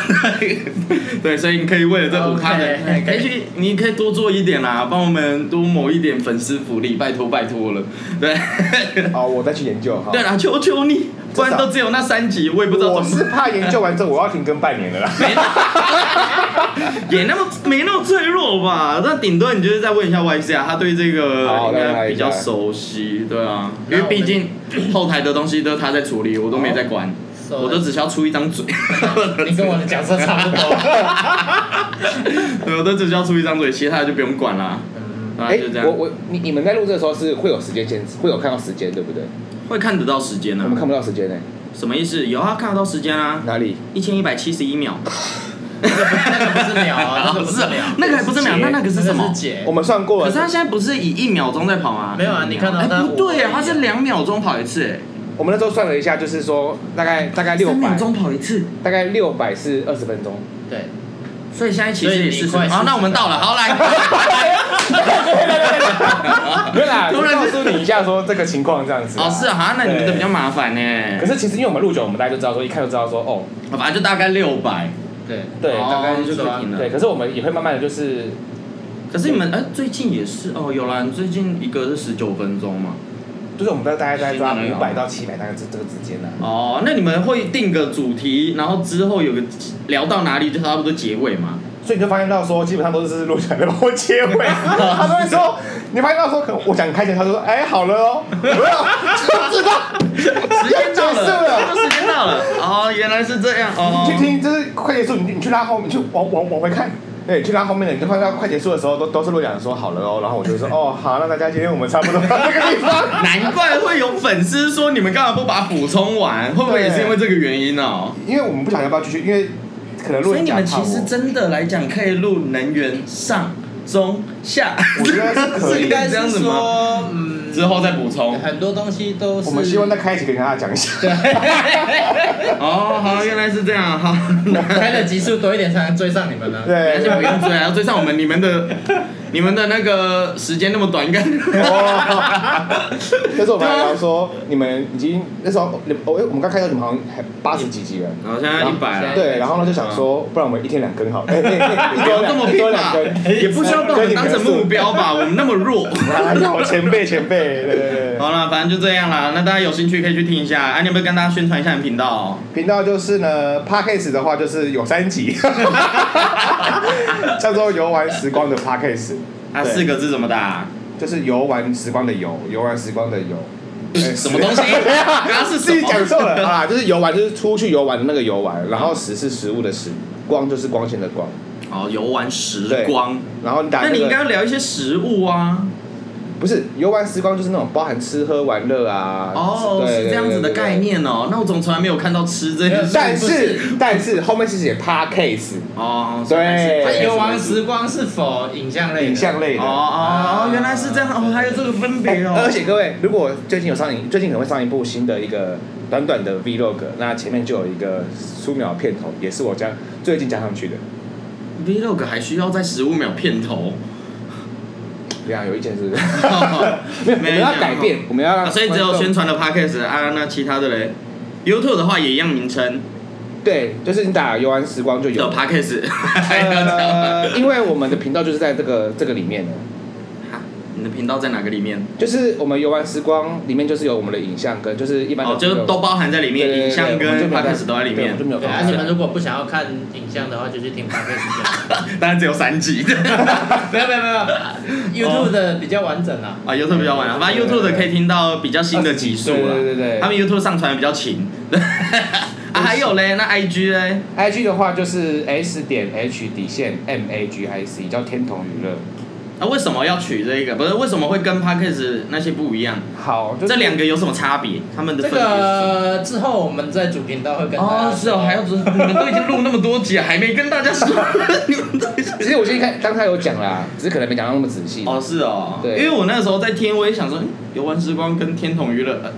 [SPEAKER 1] 对，所以你可以为了这五趴的
[SPEAKER 3] OK，OK
[SPEAKER 1] 可以去，你可以多做一点啦，帮我们多谋一点粉丝福利，拜托拜托了，对，
[SPEAKER 2] 哦，我再去研究哈。
[SPEAKER 1] 对啦，求求你，不然都只有那三集，我也不知道
[SPEAKER 2] 我
[SPEAKER 1] 怎
[SPEAKER 2] 是
[SPEAKER 1] 么，
[SPEAKER 2] 怕研究完之后我要停更半年 了啦。
[SPEAKER 1] 也那么没 那么脆弱吧，那顶多你就是再问一下 YC 啊，他对这个
[SPEAKER 2] 好
[SPEAKER 1] 应
[SPEAKER 2] 再
[SPEAKER 1] 该
[SPEAKER 2] 问一
[SPEAKER 1] 比较
[SPEAKER 2] 下
[SPEAKER 1] 熟悉，对啊，因
[SPEAKER 3] 那
[SPEAKER 1] 为
[SPEAKER 3] 我们
[SPEAKER 1] 毕竟后台的东西都是他在处理，我都没在管。
[SPEAKER 3] So-
[SPEAKER 1] 我都只需要出一张嘴，
[SPEAKER 3] 你跟我的角色差不 多。
[SPEAKER 1] 对，我都只需要出一张嘴，其他的就不用管啦。
[SPEAKER 3] 嗯
[SPEAKER 1] 啊，就这
[SPEAKER 2] 哎我
[SPEAKER 1] 样，
[SPEAKER 2] 我你你们在录制的时候是会有时间限制，会有看到时间对不对？
[SPEAKER 1] 会看得到时间
[SPEAKER 2] 我
[SPEAKER 1] 啊
[SPEAKER 2] 们？看不到时间呢、
[SPEAKER 1] 什么意思？有啊，看得到时间啊，
[SPEAKER 2] 哪里？
[SPEAKER 1] 一千一百七十一秒。
[SPEAKER 3] 那个不是 秒啊，那个不是秒，
[SPEAKER 1] 那个还不哦是秒，那那个是什
[SPEAKER 3] 那
[SPEAKER 1] 么哦
[SPEAKER 3] 是？解
[SPEAKER 2] 我们算过
[SPEAKER 1] 可
[SPEAKER 2] 了
[SPEAKER 1] 是，他现在不是以一秒钟在跑吗？
[SPEAKER 3] 没有啊你看到
[SPEAKER 1] 哎，
[SPEAKER 3] 他
[SPEAKER 1] 不对啊，
[SPEAKER 3] 我
[SPEAKER 1] 他是两秒钟跑一次，哎，
[SPEAKER 2] 我们那时候算了一下，就是说大概大概六
[SPEAKER 1] 三秒
[SPEAKER 2] 百，
[SPEAKER 1] 钟跑一次，
[SPEAKER 2] 大概六百是二十分钟，
[SPEAKER 3] 对，
[SPEAKER 1] 所以现在其实
[SPEAKER 3] 所以
[SPEAKER 1] 也
[SPEAKER 3] 你
[SPEAKER 1] 是
[SPEAKER 3] 快速
[SPEAKER 1] 好，那我们到了，好来，
[SPEAKER 2] 没有啦，
[SPEAKER 1] 突
[SPEAKER 2] 就
[SPEAKER 1] 然
[SPEAKER 2] 告
[SPEAKER 1] 之
[SPEAKER 2] 诉你一下说这个情况这样子啦。
[SPEAKER 1] 哦是啊，好那你们的
[SPEAKER 2] 对
[SPEAKER 1] 比较麻烦
[SPEAKER 2] 可
[SPEAKER 1] 呢，
[SPEAKER 2] 是其实因为我们录久，我们大家就知道说，一看就知道说，哦，
[SPEAKER 1] 反正就大概六百，
[SPEAKER 3] 对
[SPEAKER 2] 对，
[SPEAKER 1] 哦
[SPEAKER 2] 大概就
[SPEAKER 1] 就
[SPEAKER 2] 可
[SPEAKER 1] 可以
[SPEAKER 2] 以
[SPEAKER 1] 了
[SPEAKER 2] 对，可是我们也会慢慢的就是，
[SPEAKER 1] 可是你们哎最近也是哦，有啦，你最近一个是十九分钟嘛，
[SPEAKER 2] 就是我们大概大概抓
[SPEAKER 1] 新的那
[SPEAKER 2] 五
[SPEAKER 1] 个
[SPEAKER 2] 百到七百大概这这个之间啦。啊
[SPEAKER 1] 哦，那你们会定个主题，然后之后有个聊到哪里就差不多结尾 嘛，
[SPEAKER 2] 所以你就发现到说，基本上都是录起来的，然后结 尾，他都会说，你发现到说，可能我想开前，他就说，哎，好了哦，没有，就知道，
[SPEAKER 1] 时间到
[SPEAKER 2] 结束
[SPEAKER 1] 了，
[SPEAKER 2] 了
[SPEAKER 1] 时间到了，哦，原来是这样哦，
[SPEAKER 2] 你去听，就是快结束，你去你去拉后面，你去往往往回看。对，你去拉后面的，你就发现到快结束的时候，都都是陆讲说好了哦，然后我就会说哦好，那大家今天我们差不多到这个地方，
[SPEAKER 1] 难怪会有粉丝说你们干嘛不把它补充完？会不会也是因为这个原因哦？
[SPEAKER 2] 因为我们不想要不要继续，因为可能陆
[SPEAKER 1] 所以你
[SPEAKER 2] 讲
[SPEAKER 1] 们
[SPEAKER 2] 怕
[SPEAKER 1] 其实
[SPEAKER 2] 我，
[SPEAKER 1] 真的来讲，可以录能源上、中、下，
[SPEAKER 2] 我觉得是可以
[SPEAKER 1] 是
[SPEAKER 3] 应该
[SPEAKER 1] 这
[SPEAKER 3] 是
[SPEAKER 1] 样子吗？
[SPEAKER 3] 说，嗯，
[SPEAKER 1] 之后再补充。
[SPEAKER 3] 很多东西都是
[SPEAKER 2] 我们希望再开一集可以跟大家讲 一下。
[SPEAKER 1] 哦，好，原来是这样， 好，那
[SPEAKER 3] 开的集数多一点，才能追上你们呢。
[SPEAKER 1] 那就不
[SPEAKER 2] 对，
[SPEAKER 1] 用追啊，追上我们你们的。你们的那个时间那么短，应 该
[SPEAKER 2] 哦那时候我们还聊说，你们已经那时候，我哎我们刚开始你们好像还八十几集了，
[SPEAKER 1] 好，现在一百了，
[SPEAKER 2] 对，然后呢就想说，不然我们一天两更好了，哎哎哎一
[SPEAKER 1] 不
[SPEAKER 2] 周
[SPEAKER 1] 要这
[SPEAKER 2] 两
[SPEAKER 1] 么
[SPEAKER 2] 一周
[SPEAKER 1] 拼
[SPEAKER 2] 两
[SPEAKER 1] 吧
[SPEAKER 2] 更，，
[SPEAKER 1] 也不需要把我们当成目标吧，我们那么弱。
[SPEAKER 2] 哎呀，我前辈前辈，对对对。
[SPEAKER 1] 好了，反正就这样啦。那大家有兴趣可以去听一下。啊，你有没有跟大家宣传一下你频道、哦？
[SPEAKER 2] 频道就是呢 p a c k a g e 的话就是有三集， 叫做“游玩时光”的 p a c k a g e
[SPEAKER 1] 啊，
[SPEAKER 2] 对
[SPEAKER 1] 四个字怎么打？
[SPEAKER 2] 就是游玩时光的游，游玩时光的游。哎
[SPEAKER 1] 什么东 西刚刚是什么
[SPEAKER 2] 自己讲错 了啊！就是游玩，就是出去游玩的那个游玩，然后时是食物的食，光就是光线的光，
[SPEAKER 1] 哦，游玩时光。
[SPEAKER 2] 然后你打、
[SPEAKER 1] 那
[SPEAKER 2] 那个，
[SPEAKER 1] 你应该要聊一些食物啊。
[SPEAKER 2] 不是游玩时光，就是那种包含吃喝玩乐啊。
[SPEAKER 1] 哦，
[SPEAKER 2] 对
[SPEAKER 1] 是这样子的概。
[SPEAKER 2] 对对对对
[SPEAKER 1] 念哦。那我总从来没有看到吃这件事。
[SPEAKER 2] 但是但是后面其实也 p a c k a g e
[SPEAKER 1] 哦，
[SPEAKER 2] 对
[SPEAKER 3] 它
[SPEAKER 2] 哎
[SPEAKER 1] 是
[SPEAKER 3] 游玩时光是否影像类的？
[SPEAKER 2] 影像类
[SPEAKER 1] 哦
[SPEAKER 2] 的。哎
[SPEAKER 1] 哦哦，原来是这样哦，还有这个分别哦。
[SPEAKER 2] 而且各位，如果最近有上映，最近可能会上一部新的一个短短的 vlog，那前面就有一个十秒片头，也是我加最近加上去的。
[SPEAKER 1] vlog 还需要在十五秒片头，
[SPEAKER 2] 这啊样有意 见是不是？没有，我
[SPEAKER 1] 没
[SPEAKER 2] 们要改变，我们要让、
[SPEAKER 1] 啊，所以只有宣。传的 podcast 啊，那其他的嘞，YouTube 的话也一样名称
[SPEAKER 2] 对，就是你打游玩时光就有
[SPEAKER 1] 的
[SPEAKER 2] 了。
[SPEAKER 1] podcast，还要讲吗
[SPEAKER 2] 呃，因为我们的频道就是在这个这个里面的，
[SPEAKER 1] 啊你的频道在哪个里面？
[SPEAKER 2] 就是我们游玩时光里面就是有我们的影像跟就是一般的
[SPEAKER 1] 哦，就是都包含在里
[SPEAKER 2] 对对对
[SPEAKER 1] 面，影像
[SPEAKER 2] 对我们
[SPEAKER 1] 跟
[SPEAKER 2] 就没有
[SPEAKER 1] podcast 都在里
[SPEAKER 2] 对我
[SPEAKER 1] 面
[SPEAKER 2] 们就，没有
[SPEAKER 3] 对
[SPEAKER 2] 放
[SPEAKER 3] 啊，
[SPEAKER 2] 在
[SPEAKER 3] 你们如果不想要看影像的话，就去听 podcast 就好。
[SPEAKER 1] 当然只有三集
[SPEAKER 3] 没有没有没有，YouTube 的比较完整啊。
[SPEAKER 1] 啊，YouTube 比较晚啊，反正 YouTube 的可以听到比较新的集数了，
[SPEAKER 2] 对对对对
[SPEAKER 1] 他们 YouTube 上传的比较勤。 啊，还有嘞，那 IG 嘞，
[SPEAKER 2] IG 的话就是 S 点 H 底线 M A G I C 叫天童娱乐。
[SPEAKER 1] 啊，为什么要取这个？不是为什么会跟 podcast 那些不一样？
[SPEAKER 2] 好，就是
[SPEAKER 1] 这两个有什么差别？他们的
[SPEAKER 3] 这
[SPEAKER 1] 分别是什么？
[SPEAKER 3] 个之后我们在主频道会跟大家
[SPEAKER 1] 哦，是哦，还要知道，你们都已经录那么多集，还没跟大家说， 你们都已经
[SPEAKER 2] 其实我今天看刚才有讲啦，只是可能没讲到那么仔细。
[SPEAKER 1] 哦，是哦，
[SPEAKER 2] 对
[SPEAKER 1] 因为我那个时候在听，我也想说，嗯游玩时光跟天童娱乐、呃、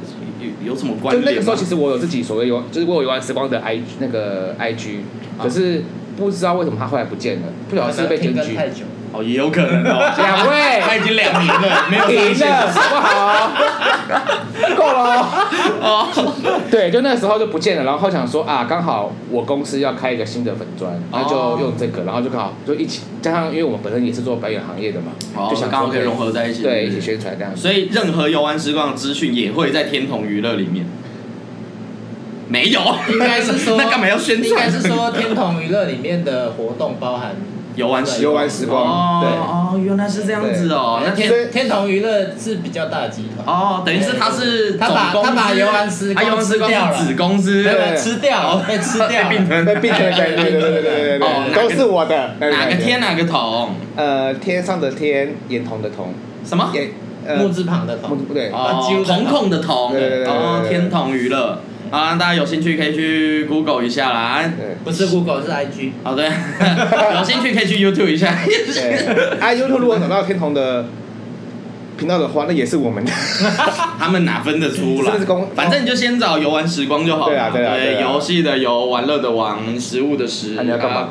[SPEAKER 1] 有有什么关
[SPEAKER 2] 就
[SPEAKER 1] 联吗？
[SPEAKER 2] 那个时候，其实我有自己所谓游，就是我有游玩时光的 I 那个 IG，
[SPEAKER 1] 啊
[SPEAKER 2] 可是不知道为什么它后来不见了，不
[SPEAKER 3] 啊
[SPEAKER 2] 晓得是被检
[SPEAKER 3] 停更
[SPEAKER 2] 举。
[SPEAKER 3] 太久。
[SPEAKER 1] 哦，也有可能哦，
[SPEAKER 2] 两位
[SPEAKER 1] 他已经两年了，
[SPEAKER 3] 哎
[SPEAKER 1] 没有上
[SPEAKER 2] 停
[SPEAKER 1] 线
[SPEAKER 2] 了，好不好？够了哦。
[SPEAKER 1] 哦，
[SPEAKER 2] 对，就那时候就不见了，然后想说啊，刚好我公司要开一个新的粉砖，那就用这个，然后就刚好就一起，加上因为我们本身也是做表演行业的嘛，就想
[SPEAKER 1] 刚好
[SPEAKER 2] 说
[SPEAKER 1] 可以融合在一起，
[SPEAKER 2] 对一
[SPEAKER 1] 是
[SPEAKER 2] 起
[SPEAKER 1] 不是
[SPEAKER 2] 宣传这样子。
[SPEAKER 1] 所以任何游玩时光的资讯也会在天童娱乐里面。没有，
[SPEAKER 3] 应该是说，
[SPEAKER 1] 那干嘛要宣传？
[SPEAKER 3] 应该是说，天童娱乐里面的活动包含
[SPEAKER 1] 游玩时
[SPEAKER 2] 游玩时光对
[SPEAKER 1] 哦哦，原来是这样子哦，那天
[SPEAKER 2] 所以
[SPEAKER 3] 天天童娱乐是比较大的集团，
[SPEAKER 1] 哦，等于是他是
[SPEAKER 3] 他把
[SPEAKER 1] 总公司
[SPEAKER 3] 他把游玩时
[SPEAKER 1] 他
[SPEAKER 3] 光
[SPEAKER 1] 游玩时光
[SPEAKER 3] 吃掉了
[SPEAKER 1] 是子公司，
[SPEAKER 3] 对
[SPEAKER 2] 对
[SPEAKER 3] 吧？吃掉了，被吃掉
[SPEAKER 1] 被并
[SPEAKER 3] 了。
[SPEAKER 1] 吞，
[SPEAKER 2] 被变成对对对对对对对
[SPEAKER 1] 哦
[SPEAKER 2] 对，
[SPEAKER 1] 哪个
[SPEAKER 2] 都是我的。对
[SPEAKER 1] 哪个？
[SPEAKER 2] 对对
[SPEAKER 1] 天哪个桶？
[SPEAKER 2] 呃，天上的天，眼瞳的瞳，
[SPEAKER 1] 什么？
[SPEAKER 2] 眼
[SPEAKER 3] 木
[SPEAKER 2] 呃，
[SPEAKER 3] 字旁的头
[SPEAKER 2] 木，啊不对，
[SPEAKER 1] 哦
[SPEAKER 3] 几乎，
[SPEAKER 1] 瞳孔的瞳，
[SPEAKER 2] 对对对对对
[SPEAKER 1] 哦，
[SPEAKER 2] 对
[SPEAKER 1] 天童娱乐。啊，大家有兴趣可以去 Google 一下啦。
[SPEAKER 2] 对
[SPEAKER 3] 不是 Google 是 IG，
[SPEAKER 1] 哦，对， 有兴趣可以去 YouTube 一下。
[SPEAKER 2] 对。啊，YouTube 如果找到天童的频道的话，那也是我们的。
[SPEAKER 1] 他们哪分得出
[SPEAKER 2] 是不
[SPEAKER 1] 来
[SPEAKER 2] 是公？
[SPEAKER 1] 反正你就先找游玩时光就好了。
[SPEAKER 2] 对啊对啊对啊
[SPEAKER 1] 游戏的游，玩乐的玩，食物的食。
[SPEAKER 2] 啊你要干嘛
[SPEAKER 1] 啊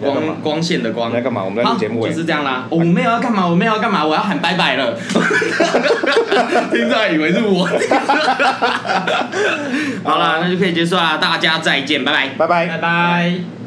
[SPEAKER 2] 要干嘛
[SPEAKER 1] 光光线的光
[SPEAKER 2] 你在干嘛我们在录
[SPEAKER 1] 好
[SPEAKER 2] 节目欸
[SPEAKER 1] 就是这样啦。哦我没有要干嘛，我没有要干嘛，我要喊拜拜了。 听众还以为是 我。好了，那就可以结束啦，大家再见，拜拜。
[SPEAKER 2] 拜拜
[SPEAKER 3] 拜。拜。